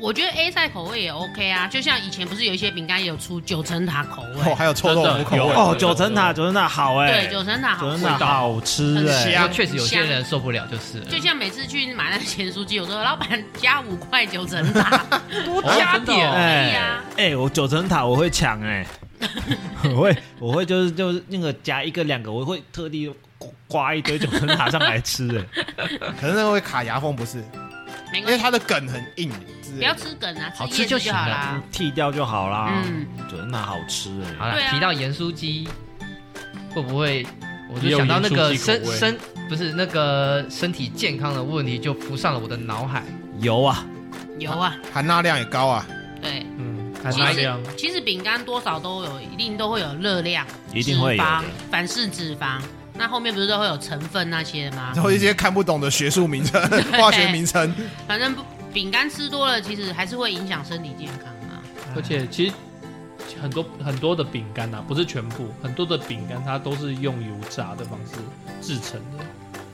S1: 我觉得 A 菜口味也 OK 啊，就像以前不是有一些饼干也有出九层塔口味，
S5: 哦，还有臭豆腐口
S2: 真
S5: 味
S2: 的，
S6: 哦，九层塔，九层塔好哎，
S1: 对，九层塔好
S6: 九层
S1: 吃。
S6: 塔好吃
S5: 很
S6: 哎，
S5: 香
S3: 那确实有些人受不了，就是了
S1: 就像每次去买那个咸酥鸡，我说老板加五块九层
S6: <laughs>
S1: 塔，
S3: 多
S2: 哦
S3: 加
S2: 真的哦
S3: 点。
S1: 对呀
S6: 哎，我九层塔我会抢
S1: <laughs>
S6: 哎，我会我会就是就是那个夹一个两个，我会特地刮一堆九层塔上来吃哎，
S5: 可是那个会卡牙缝，不是？
S1: 没
S5: 因为
S1: 关系，
S5: 它的梗很硬，之
S1: 嗯不
S5: 类
S1: 要
S5: 的
S1: 吃梗啊，
S3: 好吃
S1: 叶子
S3: 就
S1: 就
S3: 行
S1: <laughs> 好
S3: 了
S1: 啦。
S6: 剃掉就好啦。
S1: 嗯，
S6: 九层塔好吃
S3: 好
S6: 哎，
S1: 对
S3: 了，
S1: 啊
S3: 提到盐酥鸡，会不会我
S2: 也
S3: 就
S2: 有
S3: 想到那个
S2: 盐酥鸡
S3: 身
S2: 口味
S3: 身不是那个身体健康的问题就浮上了我的脑海。
S6: 油啊，
S1: 有啊，
S5: 含钠量也高啊。
S1: 对，
S2: 嗯，
S1: 其
S2: 那
S1: 实
S2: 样。
S1: 其实饼干多少都有，一定都会有热量，
S6: 一定会有
S1: 脂肪
S6: 的，
S1: 反式脂肪。那后面不是都会有成分那些吗？
S5: 然后一些看不懂的学术名称、
S1: <laughs>
S5: 化学名称，
S1: 反正不饼干吃多了，其实还是会影响身体健康啊。
S2: 而且其实很多很多的饼干啊，不是全部，很多的饼干它都是用油炸的方式制成的。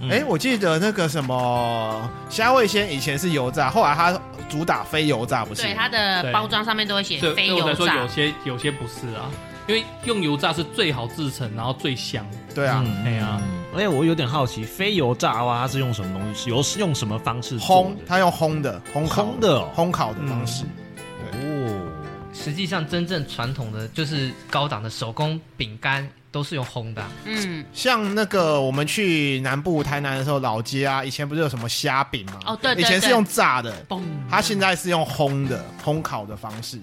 S6: 嗯
S5: 哎、我记得那个什么虾味鲜以前是油炸，后来它主打非油炸，不是？
S1: 对，它的
S2: 对
S1: 包装上面都会写
S2: 所以
S1: 非
S2: 所以我才
S1: 油
S2: 说
S1: 炸
S2: 有。些有些不是啊，因为用油炸是最好制成，然后最香。
S5: 对啊，
S6: 嗯
S2: 哎呀，
S6: 而且我有点好奇，非油炸蛙它是用什么东西？油是用什么方式做
S5: 烘
S6: 的？
S5: 它用烘的，嗯烘烤
S6: 烘的哦
S5: 烘烤的方式。
S6: 哦，
S3: 实际上，真正传统的就是高档的手工饼干都是用烘的啊、
S1: 嗯，
S5: 像那个我们去南部台南的时候，老街啊，以前不是有什么虾饼吗？
S1: 哦对对
S5: 以前是
S1: 对
S5: 用炸的，
S1: 嘣，
S5: 它现在是用烘的、烘烤的方式。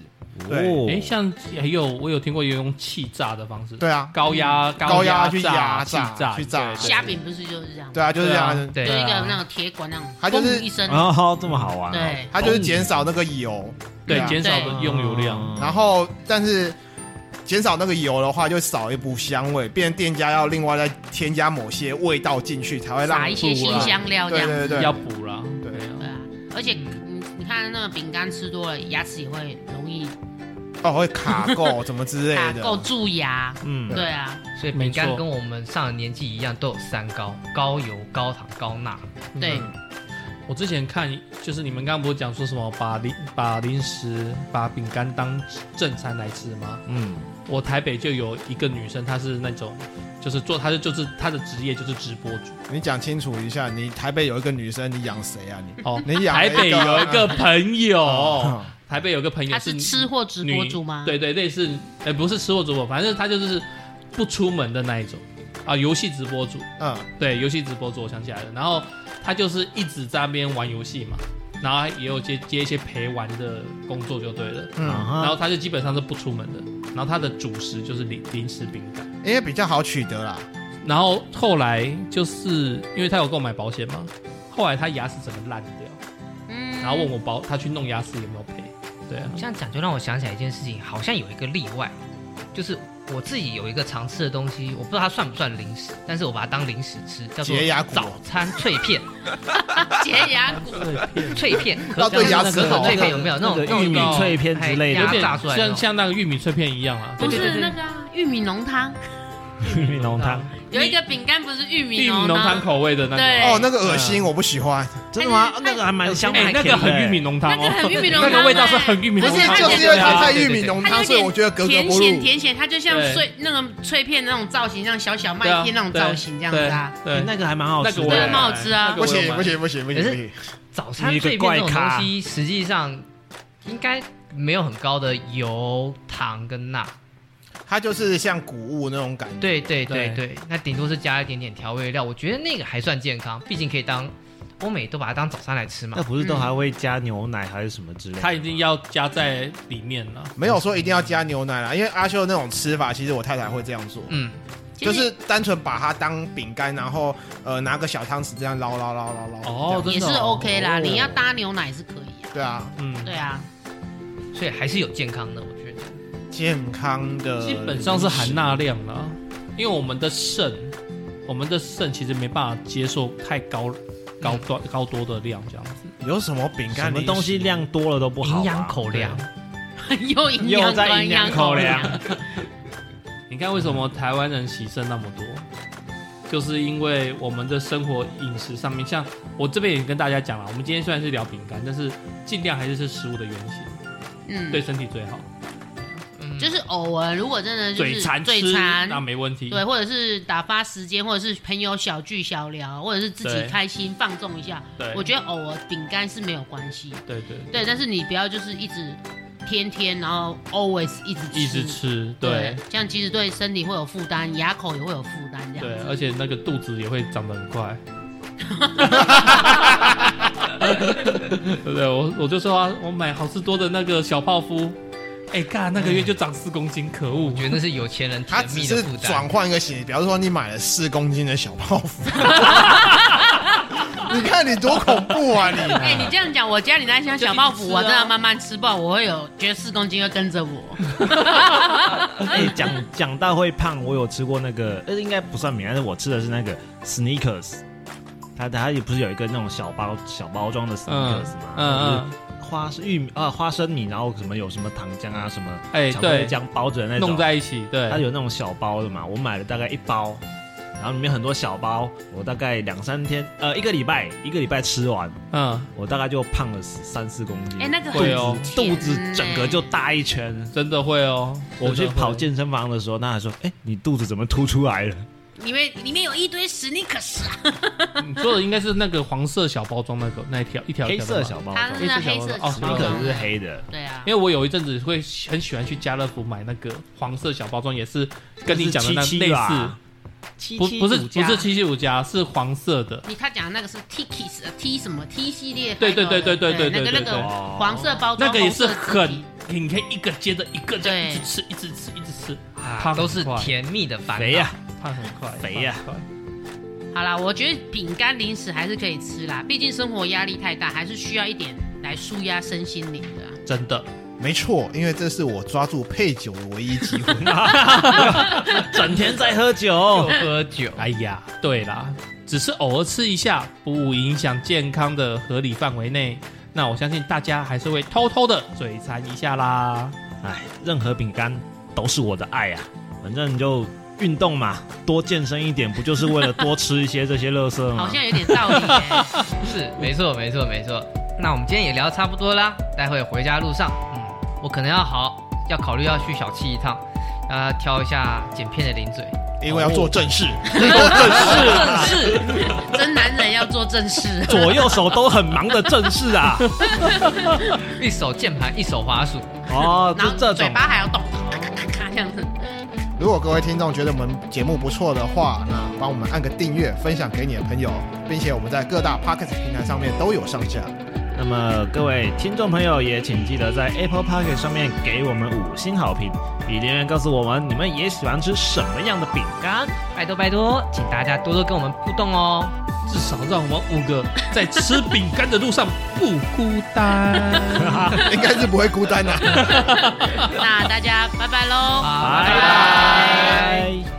S5: 对
S6: 哦
S2: 哎，像还有我有听过有用气炸的方式，
S5: 对啊，
S2: 高压
S5: 高压
S2: 压
S5: 去压
S2: 压
S5: 榨
S2: 气炸
S5: 去炸
S2: 对对
S1: 虾饼不是就是这样吗？
S5: 对啊，就是这样
S2: 对啊。
S5: 啊
S1: 就
S3: 对
S1: 一个那种铁管那种，
S5: 它就是
S1: 嘣一声，
S6: 然后这么好玩哦，
S1: 对，
S5: 它就是减少那个油，
S2: 对
S5: 啊
S2: 减少的用油量。
S1: 嗯
S5: 然后但是减少那个油的话，就少一股香味，变成店家要另外再添加某些味道进去，才会让
S1: 撒一些新
S2: 啊
S1: 香料这
S5: 对
S1: 样子。
S5: 对对
S2: 要
S5: 对，
S2: 补啦，
S5: 对
S1: 对啊，而且你你看那个饼干吃多了，牙齿也会容易
S5: 哦会卡垢
S1: <laughs>
S5: 怎么之类
S1: 打
S5: 的，
S1: 垢蛀牙。
S6: 嗯，
S1: 对啊，
S3: 所以
S2: 没
S3: 饼干
S2: 错
S3: 跟我们上了年纪一样，都有三高：高油、高糖、高钠。
S2: 嗯
S1: 对，
S2: 我之前看就是你们刚刚不是讲说什么把零把零食把饼干当正餐来吃吗？
S6: 嗯，
S2: 我台北就有一个女生，她是那种就是做，她就就是她的职业就是直播
S5: <laughs>
S2: 主。
S5: 你讲清楚一下，你台北有一个女生，你养谁啊？你
S2: 哦，
S5: 你养了
S2: 台
S5: 一个啊
S2: 北有一个朋友，
S5: <laughs> 哦
S2: 台北有个朋友
S1: 他是吃货直播主吗？
S2: 女，对对，类似，呃，不是吃货主播，反正她就是不出门的那一种啊，游戏直播主。
S5: 嗯，
S2: 对，游戏直播主，我想起来了。然后他就是一直在那边玩游戏嘛，然后也有接接一些陪玩的工作就对了。
S6: 啊
S2: 然
S6: 哈
S2: 后他就基本上是不出门的，然后他的主食就是零零食饼干。
S5: 因为比较好取得啦。
S2: 然后后来就是因为他有购买保险嘛，后来他牙齿整个烂掉，
S1: 嗯，
S2: 然后问我保他去弄牙齿有没有赔？对啊，
S3: 这样讲就让我想起来一件事情，好像有一个例外，就是我自己有一个常吃的东西，我不知道它算不算零食，但是我把它当零食吃，叫做
S5: 洁牙骨
S3: 早餐脆片，
S1: 洁牙
S2: <laughs>
S1: 骨，
S3: 脆
S5: <laughs>
S3: 片，
S5: 那对牙齿
S3: 可可
S5: 好
S3: 脆片有没有那种
S6: 那
S3: 那
S6: 个
S3: 种
S6: 玉米
S2: 种
S6: 脆片之类
S3: 哎
S6: 的
S2: 有
S3: 呀，
S2: 点
S3: 炸出来的
S2: 像
S3: 那种
S2: 像那个玉米脆片一样啊，
S1: 不
S3: 对对
S1: 是
S3: 对
S1: 那个啊玉米浓汤，
S6: 玉米浓汤，
S3: 嗯
S1: 有一个饼干不是玉
S2: 玉
S1: 米
S2: 米浓汤口味的那
S1: 对
S2: 个，
S5: 哦，那个恶心，我不喜欢。
S6: 真的吗
S1: 它？
S6: 那个还蛮香，
S2: 哎，
S6: 蛮
S2: 那
S6: 甜
S2: 个
S6: 的
S2: 很玉米
S6: 哎
S2: 浓汤哦
S1: 那，个很玉米浓
S2: 那
S1: 汤哎
S2: 个味道是很玉米
S5: 不
S2: 浓
S5: 是
S2: 汤，，
S5: 就是因为它太玉米浓
S1: 它
S5: 汤，
S1: 有
S5: 所以我觉得
S1: 点
S5: 格格
S1: 甜
S5: 不入
S1: 咸。甜咸，它就像
S2: 对
S1: 碎那个脆片那种造型，像小小
S2: 对啊
S1: 麦片那种造型这样子啊。
S2: 对，
S6: 那个还蛮好
S2: 那
S6: 吃
S2: 个
S6: 的，
S2: 我也
S1: 对
S2: 买
S1: 蛮好吃啊
S2: 那个
S5: 不
S2: 我也
S5: 行
S2: 买
S5: 不行不行不行不
S3: 可
S5: 行！
S3: 早餐脆片这种东西，实际上应该没有很高的油、糖跟钠。
S5: 它就是像谷物那种感觉。
S3: 对对对
S2: 对
S3: 对，那顶多是加一点点调味料，我觉得那个还算健康，毕竟可以当欧美都把它当早餐来吃嘛
S6: 那。不是都还会加牛奶还是什么之类的吗？
S2: 它一定要加在里面了。
S5: 没有说一定要加牛奶啦，因为阿秀那种吃法，其实我太太会这样做，
S3: 嗯，
S1: 其
S5: 就
S1: 实
S5: 是单纯把它当饼干，然后呃拿个小汤匙这样捞捞捞捞捞。
S2: 哦
S5: 这
S1: 也
S5: 样
S1: 是
S2: 真的哦
S1: OK 啦，
S2: 哦
S1: 你要搭牛奶是可以啊。
S5: 对啊，
S2: 嗯，
S1: 对啊， <laughs>
S3: 所以还是有健康的，我觉得。
S5: 健康的
S2: 基本上是含钠量啦，因为我们的肾，我们的肾其实没办法接受太高高多高多的量这样子。
S5: 有什么饼
S6: 什
S5: 干
S6: 么东西量多了都不好啊，
S3: 营养口粮，
S1: 又营
S6: 又
S1: 养
S6: 在
S1: 端
S6: 营
S1: 养
S6: 养口粮
S1: 粮，
S2: <laughs> 你看为什么台湾人洗肾那么多？就是因为我们的生活饮食上面，像我这边也跟大家讲了，我们今天虽然是聊饼干，但是尽量还是是食物的原型，
S1: 嗯，
S2: 对，身体最好。
S3: 嗯，
S1: 就是偶尔如果真的就是
S2: 嘴馋
S1: 嘴
S2: 吃
S1: 馋
S2: 那没问题。
S1: 对，或者是打发时间，或者是朋友小聚小聊，或者是自
S2: 对
S1: 己开心放纵一下，
S2: 对，
S1: 我觉得偶尔饼干是没有关系。
S2: 对对
S1: 对，但是你不要就是一直天天，然后 always 一直吃
S2: 一直吃，对
S1: 对，这样其实对身体会有负担，牙口也会有负担，这
S2: 对
S1: 样，子。
S2: 而且那个肚子也会长得很
S1: <laughs>
S2: 快。对不对？我我就说啊，我买好事多的那个小泡芙，哎、干那个月就长四公斤，可恶
S3: 我！觉得那是有钱人
S5: 它
S3: 甜
S5: 只
S3: 蜜
S5: 是
S3: 的负
S5: 转
S3: 担。
S5: 换一个形，比方说你买了四公斤的小泡
S3: <laughs>
S5: 芙，你看你多恐怖啊
S3: <laughs>
S5: 你！
S1: 哎、你这样讲，我家里那箱小泡芙，我真的慢慢吃不好，我会有觉得四公斤会跟着我。
S6: <laughs> 哎，讲讲到会胖，我有吃过那个，呃，应该不算饼干，但是我吃的是那个 sneakers，它它也不是有一个那种小包小包装的 sneakers 吗？
S2: 嗯嗯，
S6: 就是花生玉米啊，花生米，然后什么有什么糖浆啊，什么
S2: 哎、
S6: 巧克
S2: 对，
S6: 力浆包着的那种，
S2: 弄在一起，对，
S6: 它有那种小包的嘛，我买了大概一包，然后里面很多小包，我大概两三天，呃，一个礼拜一个礼拜吃完，
S2: 嗯，
S6: 我大概就胖了三四公
S1: <laughs>
S6: 斤，
S1: 哎、那个
S2: 会哦
S1: 很甜欸
S6: 肚子整个就大一圈。
S2: 真的会哦。
S6: 我去
S2: 真的会
S6: 跑，健身房的时候，他还说：“哎、你肚子怎么凸出来了
S1: 呢里面里面有一堆史尼克斯啊，
S2: 你说的应该是那个黄色小包装那个那一条一？”条
S6: 黑色，
S2: 一条的吧
S6: 小包
S1: 它
S6: 装，
S1: 是啊那黑色的
S2: 哦
S1: 纸
S2: 那
S6: 那
S1: 包
S6: 可
S2: 个
S1: 装
S6: 能是黑的，
S1: 对啊
S2: 因，为我有一阵子会很喜欢去家乐福买那个黄色小包装，也是跟你讲的那
S6: 就是
S2: 类
S6: 77吧
S2: 似，不不是不是七七五加，是黄色的。
S1: 你他讲的那个是 Tikis T 什么 T 系列开头
S2: 对
S1: 的，
S2: 对对对对对
S1: 那
S2: 对
S1: 个
S2: 对
S1: 那
S2: 对
S1: 个，黄色包装，
S2: 那个也是
S1: 红色字体
S2: 很，你可以一个接着一个这样
S1: 对
S2: 一直吃，一直吃，一直吃，
S3: 啊
S2: 胖，
S3: 都是
S2: 很快
S3: 甜蜜的烦恼。
S6: 肥啊呀、
S2: 胖很快，
S6: 肥呀
S2: 胖很快
S1: 好啦，我觉得饼干零食还是可以吃啦，毕竟生活压力太大，还是需要一点来舒压身心灵的啊、
S2: 真的
S5: 没错，因为这是我抓住配酒的唯一机会。
S6: 整天在喝
S3: 又
S6: <laughs> 酒。
S3: 喝酒，
S2: 哎呀，对啦，只是偶尔吃一下，不影响健康的合理范围内。那我相信大家还是会偷偷的嘴馋一下啦。
S6: 哎，任何饼干都是我的爱啊，反正就运动嘛，多健身一点，不就是为了多吃一些这些垃
S2: 嗯
S6: 圾吗
S1: 好？像有点道理、
S2: <laughs>
S1: 耶。
S3: 是没错没错没错。那我们今天也聊得差不多啦，待会回家路上，嗯，我可能要好要考虑要去小七一趟，让他挑一下剪片的零嘴。
S5: 因为要做正
S3: <laughs>
S5: 事，
S1: 正事，
S2: 啊
S1: 真男人要做正事。
S6: 左右手都很忙的正
S1: <laughs>
S6: 事啊。
S3: 一手键盘，一手滑鼠，
S6: 哦，
S1: 然
S6: 就
S1: 后
S6: 这
S1: 嘴
S6: 种
S1: 巴还要动，咔咔咔咔这
S6: <laughs>
S1: 样子。
S5: 如果各位听众觉得我们节目不错的话，那帮我们按个订阅，分享给你的朋友，并且我们在各大 p o c k e t 平台上面都有上
S3: <laughs>
S5: 架。
S6: 那么各位听众朋友也请记得在 Apple p o c k e t 上面给我们五星好评，以留言告诉我们你们也喜欢吃什么
S1: <laughs>
S6: 样的饼干。
S3: 拜托拜托，请大家多多跟我们互动哦。
S2: 至少让我们五个在吃饼干的路上不孤单。
S5: 应该是不会孤单的、
S1: 那大家拜拜喽。
S3: 好，
S6: 拜拜。